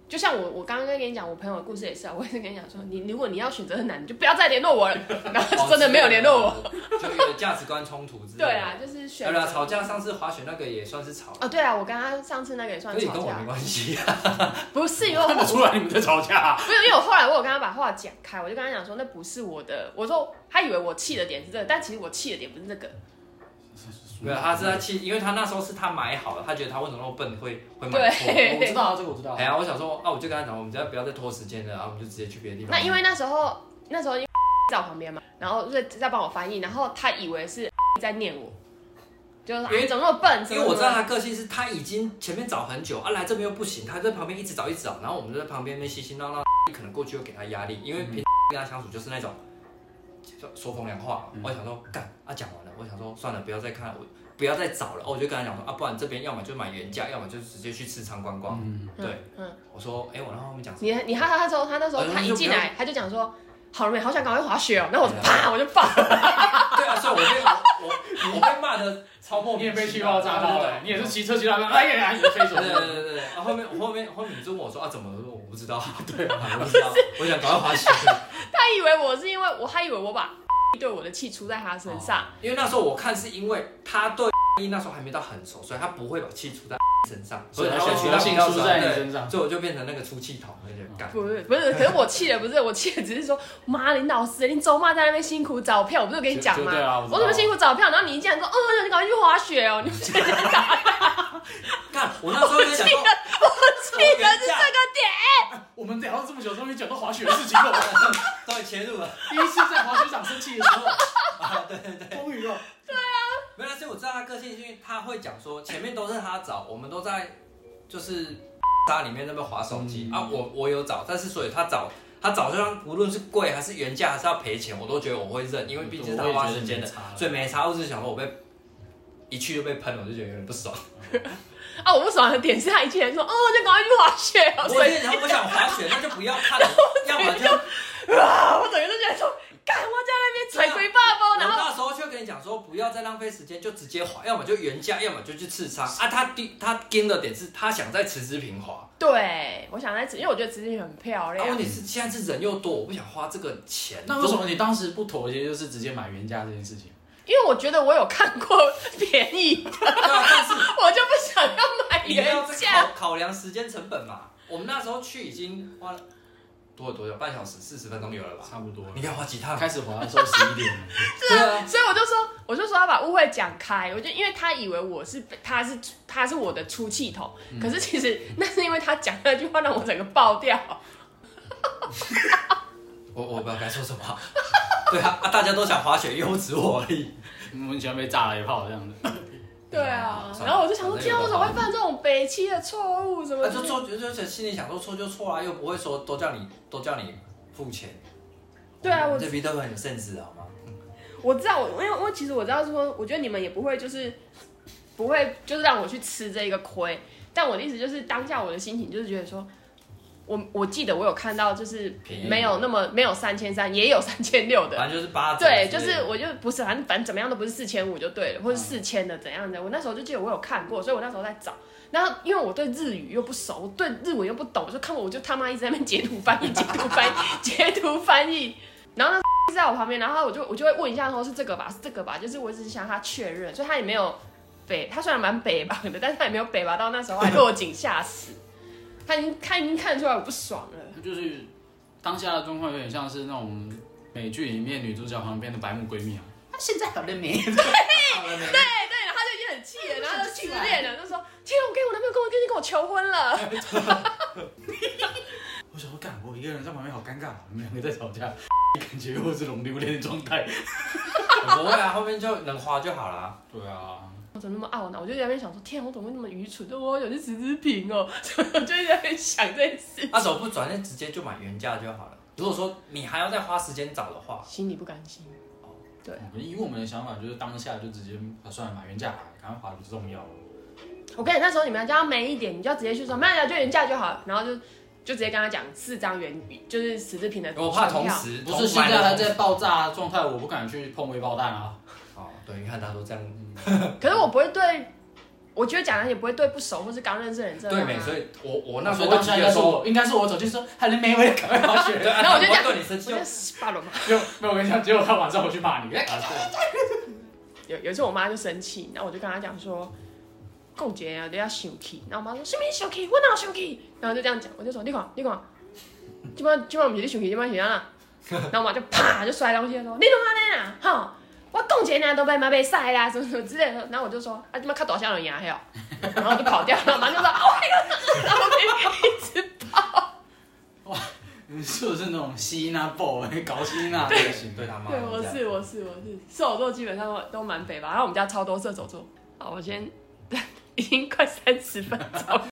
Speaker 3: 就像我我刚刚跟你讲，我朋友的故事也是啊，我也是跟你讲说，你如果你要选择很难，你就不要再联络 我了，然后就真的没有联络
Speaker 2: 哦
Speaker 3: 我。
Speaker 2: 我，就有价值观冲突之类的。
Speaker 3: 对啊，，就是选
Speaker 2: 对啦，
Speaker 3: 择。
Speaker 2: 吵架上次滑雪那个也算是吵，
Speaker 3: 哦，对啊，我跟他上次那个也算
Speaker 2: 所以
Speaker 3: 吵
Speaker 2: 跟我
Speaker 3: 架
Speaker 2: 没，关系 啊。
Speaker 3: 不是因为我
Speaker 5: 看得出来你们在吵架 啊。
Speaker 3: 没有，因为我后来我有跟他把话讲开，我就跟他讲说那不是我的，我说他以为我气的点是这个，但其实我气的点不是这个，
Speaker 2: 没有，他是他气，因为他那时候是他买好了，他觉得他为什么那么笨会会买错。
Speaker 3: 对
Speaker 5: 我知道啊，这个我知道啊
Speaker 2: 哎。呀，我想说啊，我就跟他讲，我们只要不要再拖时间了，啊然后我们就直接去别的地方。
Speaker 3: 那因为那时候那时候因为在我旁边嘛，然后就在帮我翻译，然后他以为是在念我，就是说
Speaker 2: 因为
Speaker 3: 啊你怎么那么笨，
Speaker 2: 因为我知道
Speaker 3: 怎么
Speaker 2: 他个性是，他已经前面找很久啊，来这边又不行，他在旁边一直找一直找，然后我们就在旁边那边嘻嘻闹闹，可能过去又给他压力，因为
Speaker 5: 嗯
Speaker 2: 平时跟他相处就是那种就说风凉话。
Speaker 5: 嗯
Speaker 2: 我想说干啊，讲完了，我想说算了，不要再看了，我不要再找了。哦，我就跟他讲说啊，不然这边要么就买原价，要么就直接去市场观光。
Speaker 5: 嗯，
Speaker 3: 怎么
Speaker 2: 对，
Speaker 3: 嗯，
Speaker 2: 我说哎、我让他们讲什么
Speaker 3: 你你哈哈他说他那时候
Speaker 2: 哎
Speaker 3: 他
Speaker 2: 那
Speaker 3: 一
Speaker 2: 就
Speaker 3: 进
Speaker 2: 不要
Speaker 3: 来他就讲说。好了没？好想赶快滑雪哦！然后我就
Speaker 2: 哎呀
Speaker 3: 啪，我就爆。
Speaker 2: 对啊，所以我被我我我被骂的超莫
Speaker 5: 你
Speaker 2: 名
Speaker 5: 也
Speaker 2: 其妙，
Speaker 5: 被气爆炸到
Speaker 2: 对
Speaker 5: 了，你也是骑车去那边，哎呀呀，你飞走
Speaker 2: 对对
Speaker 5: 了。
Speaker 2: 对 对对，啊然后后面后面后面你就问我说啊怎么了？我不知道， 对啊，我不知道，我想赶快滑雪。
Speaker 3: 他以为我是因为我，他以为我把 对我的气出在他身上。
Speaker 5: 哦
Speaker 2: 因为那时候我看是因为他对那时候还没到很熟，所以他不会把气出在身上，所以他会
Speaker 5: 所
Speaker 2: 觉
Speaker 5: 以他
Speaker 2: 得气
Speaker 5: 性
Speaker 2: 到
Speaker 5: 出在你身上。
Speaker 2: 所以我就变成那个出气筒，那 就干。
Speaker 3: 不是不是，可是我气的不是我气的，只是说妈林老师，你周末在那边辛苦找票，我不是有跟你讲
Speaker 5: 就
Speaker 3: 吗？
Speaker 5: 对啊我知道
Speaker 3: 我怎么辛苦找票？然后你一进来说，哦，你赶快去滑雪 哦，你不觉得
Speaker 2: 干，我那时候就想说，我
Speaker 3: 气
Speaker 2: 原
Speaker 3: 的是这
Speaker 2: 价
Speaker 3: 个点？
Speaker 5: 我们聊了这么久，终于讲到滑雪的事情了。
Speaker 2: 终于切入了。
Speaker 5: 第一次在滑雪场生气的时候，
Speaker 2: 啊，对对对，
Speaker 5: 终于了。
Speaker 2: 没有，所以我知道他个性，是因为他会讲说前面都是他找，我们都在就是 他里面那边划手机、
Speaker 5: 嗯
Speaker 2: 啊，我我有找，但是所以他找。他找就算无论是贵还是原价还是要赔钱，我都觉得我会认，因为毕竟是他花时间的，所
Speaker 5: 最
Speaker 2: 以没差。我只是想说，我被一去就被喷，我就觉得有点不爽。
Speaker 3: 啊，我不爽的点是他一进来说，哦，你赶快去滑雪哦，
Speaker 2: 我
Speaker 3: 所以
Speaker 2: 也然后我想滑雪，那就不要看了，要么就
Speaker 3: 啊，我整个就觉得说，干我在那边踩鬼爸
Speaker 2: 我
Speaker 3: 爸，然后
Speaker 2: 那时候就跟你讲说，不要再浪费时间，就直接滑，要么就原价，要么就去次仓啊。他第他盯的点是他想在池之平滑，
Speaker 3: 对，我想在吃，因为我觉得直径很漂
Speaker 2: 啊，
Speaker 3: 亮
Speaker 2: 问。题是现在是人又多，我不想花这个钱。
Speaker 5: 那为什么你当时不妥协，就是直接买原价这件事情？
Speaker 3: 因为我觉得我有看过便宜，
Speaker 2: 对啊？但是
Speaker 3: 我就不想要买
Speaker 2: 你要
Speaker 3: 原
Speaker 2: 再
Speaker 3: 价。
Speaker 2: 考考量时间成本嘛。我们那时候去已经花了多久多久？半小时四十分钟有了吧？
Speaker 5: 差不多
Speaker 2: 你看滑几趟？
Speaker 5: 开始滑的时候十一点了，
Speaker 2: 对啊，
Speaker 3: 所以我就说，我就说要把误会讲开。我就因为他以为我是他是他是我的出气筒，
Speaker 2: 嗯
Speaker 3: 可是其实那是因为他讲那句话让我整个爆 掉。
Speaker 2: 我我不知道该说什么。 对啊，啊大家都想滑雪，又只有我而已。
Speaker 5: 我们全被炸了一炮这样子。
Speaker 3: 对啊，
Speaker 2: 算了
Speaker 3: 然后我就想说，
Speaker 2: 反正有
Speaker 3: 天啊，
Speaker 2: 的
Speaker 3: 我怎么
Speaker 2: 话
Speaker 3: 会犯这种北七的错误？什么
Speaker 2: 啊，
Speaker 3: 之
Speaker 2: 就
Speaker 3: 类的？
Speaker 2: 错就就心里想说错就错啊，又不会说都叫你都叫你付钱。
Speaker 3: 对啊，我
Speaker 2: 这比特很有甚至好吗？
Speaker 3: 我知道，我因为因为其实我知道说，我觉得你们也不会就是不会就是让我去吃这个亏，但我的意思就是当下我的心情就是觉得说，我我记得我有看到就是
Speaker 2: 便宜的
Speaker 3: 没有那么没有三千三，也有三千六 的。
Speaker 2: 反正就是八折之类的。嗯
Speaker 3: 对，就是我就不是，反正反正怎么样都不是四千五就对了，或者四千的怎样的。我那时候就记得我有看过，所以我那时候在找。然后因为我对日语又不熟，我对日文又不懂，我就看过我就他妈一直在那边截图翻译、截 图翻译、截图翻译。然后那就在我旁边，然后我就我就会问一下，说是这个吧，是这个吧，就是我只是向他确认，所以他也没有北，他虽然蛮北吧的，但是他也没有北吧到那时候还落井下石。他已经他已经看得出来我不爽了。
Speaker 5: 就是当下的状况有点像是那种美剧里面女主角旁边的白目闺蜜啊。她现在好了没？
Speaker 3: 对对，然后他就已经很气了，然后就失恋了，就说：“天啊，我跟我男朋友跟我跟你跟我求婚了。
Speaker 5: 我想说，干，我一个人在旁边好尴尬，啊我们两个在吵架， 感觉又是龙榴莲的状态。
Speaker 2: 不会啊，后面就能滑就好啦。
Speaker 5: 对啊，”
Speaker 3: 我怎么那么懊恼？我就在那边想说：“天啊，我怎么会那么愚蠢？我好想去辞职品哦！” 我就一直在那边想这件事，
Speaker 2: 那手不转就直接就买原价就好了。如果说你还要再花时间找的话，
Speaker 3: 心里不甘心。
Speaker 5: 我以我们的想法就是当下就直接啊，算了，买原价吧，赶快划不重要了。
Speaker 3: 我跟你那时候你们就要没一点，你就要直接去说：“卖了就原价就好。”然后就就直接跟他讲四张原就是辞职品的
Speaker 2: 因为我哦怕
Speaker 3: 选
Speaker 2: 同
Speaker 3: 票
Speaker 2: 时
Speaker 5: 不是现在还在爆炸状态，我不敢去碰微爆弹啊。
Speaker 2: 哦，对，你看他都这样，
Speaker 3: 可是我不会对，我觉得讲的也不会对不熟或是刚认识的人这样、
Speaker 2: 对
Speaker 3: 啊。
Speaker 2: 没？所以我我那时
Speaker 5: 所以
Speaker 2: 候
Speaker 5: 当下应该是我，应该是我走进去说，还能没我也赶快滑雪。
Speaker 2: 对，啊
Speaker 3: 然后我就
Speaker 2: 不会
Speaker 3: 讲
Speaker 2: 对你生气，
Speaker 3: 我就罢了嘛。
Speaker 5: 就没有我跟你讲，结果他晚上回去骂你。哎
Speaker 3: 有有一次我妈就生气，然后我就跟她讲说，共姐啊，都要生气。然后我妈说什么生气？我哪有生气？然后就这样讲，我就说你看你看，今啊晚今晚不是你生气，今晚是怎样啦？然后我妈就啪就摔东西，说你怎么这样啦？哈，我共姐呢都被妈被晒啦，什么什么之类的。然后我就说，啊，他妈看多少人牙还有，然后我就跑掉了，马上就说，哦，哎呦，然后我就一直跑。
Speaker 5: 你是不是那种吸纳 boy 搞吸纳类型？
Speaker 2: 对他妈
Speaker 3: 对，我
Speaker 2: 这样
Speaker 3: 是我是我是射手座，基本上都 蛮北吧。然后我们家超多射手座。好，我先已经快三十分钟了。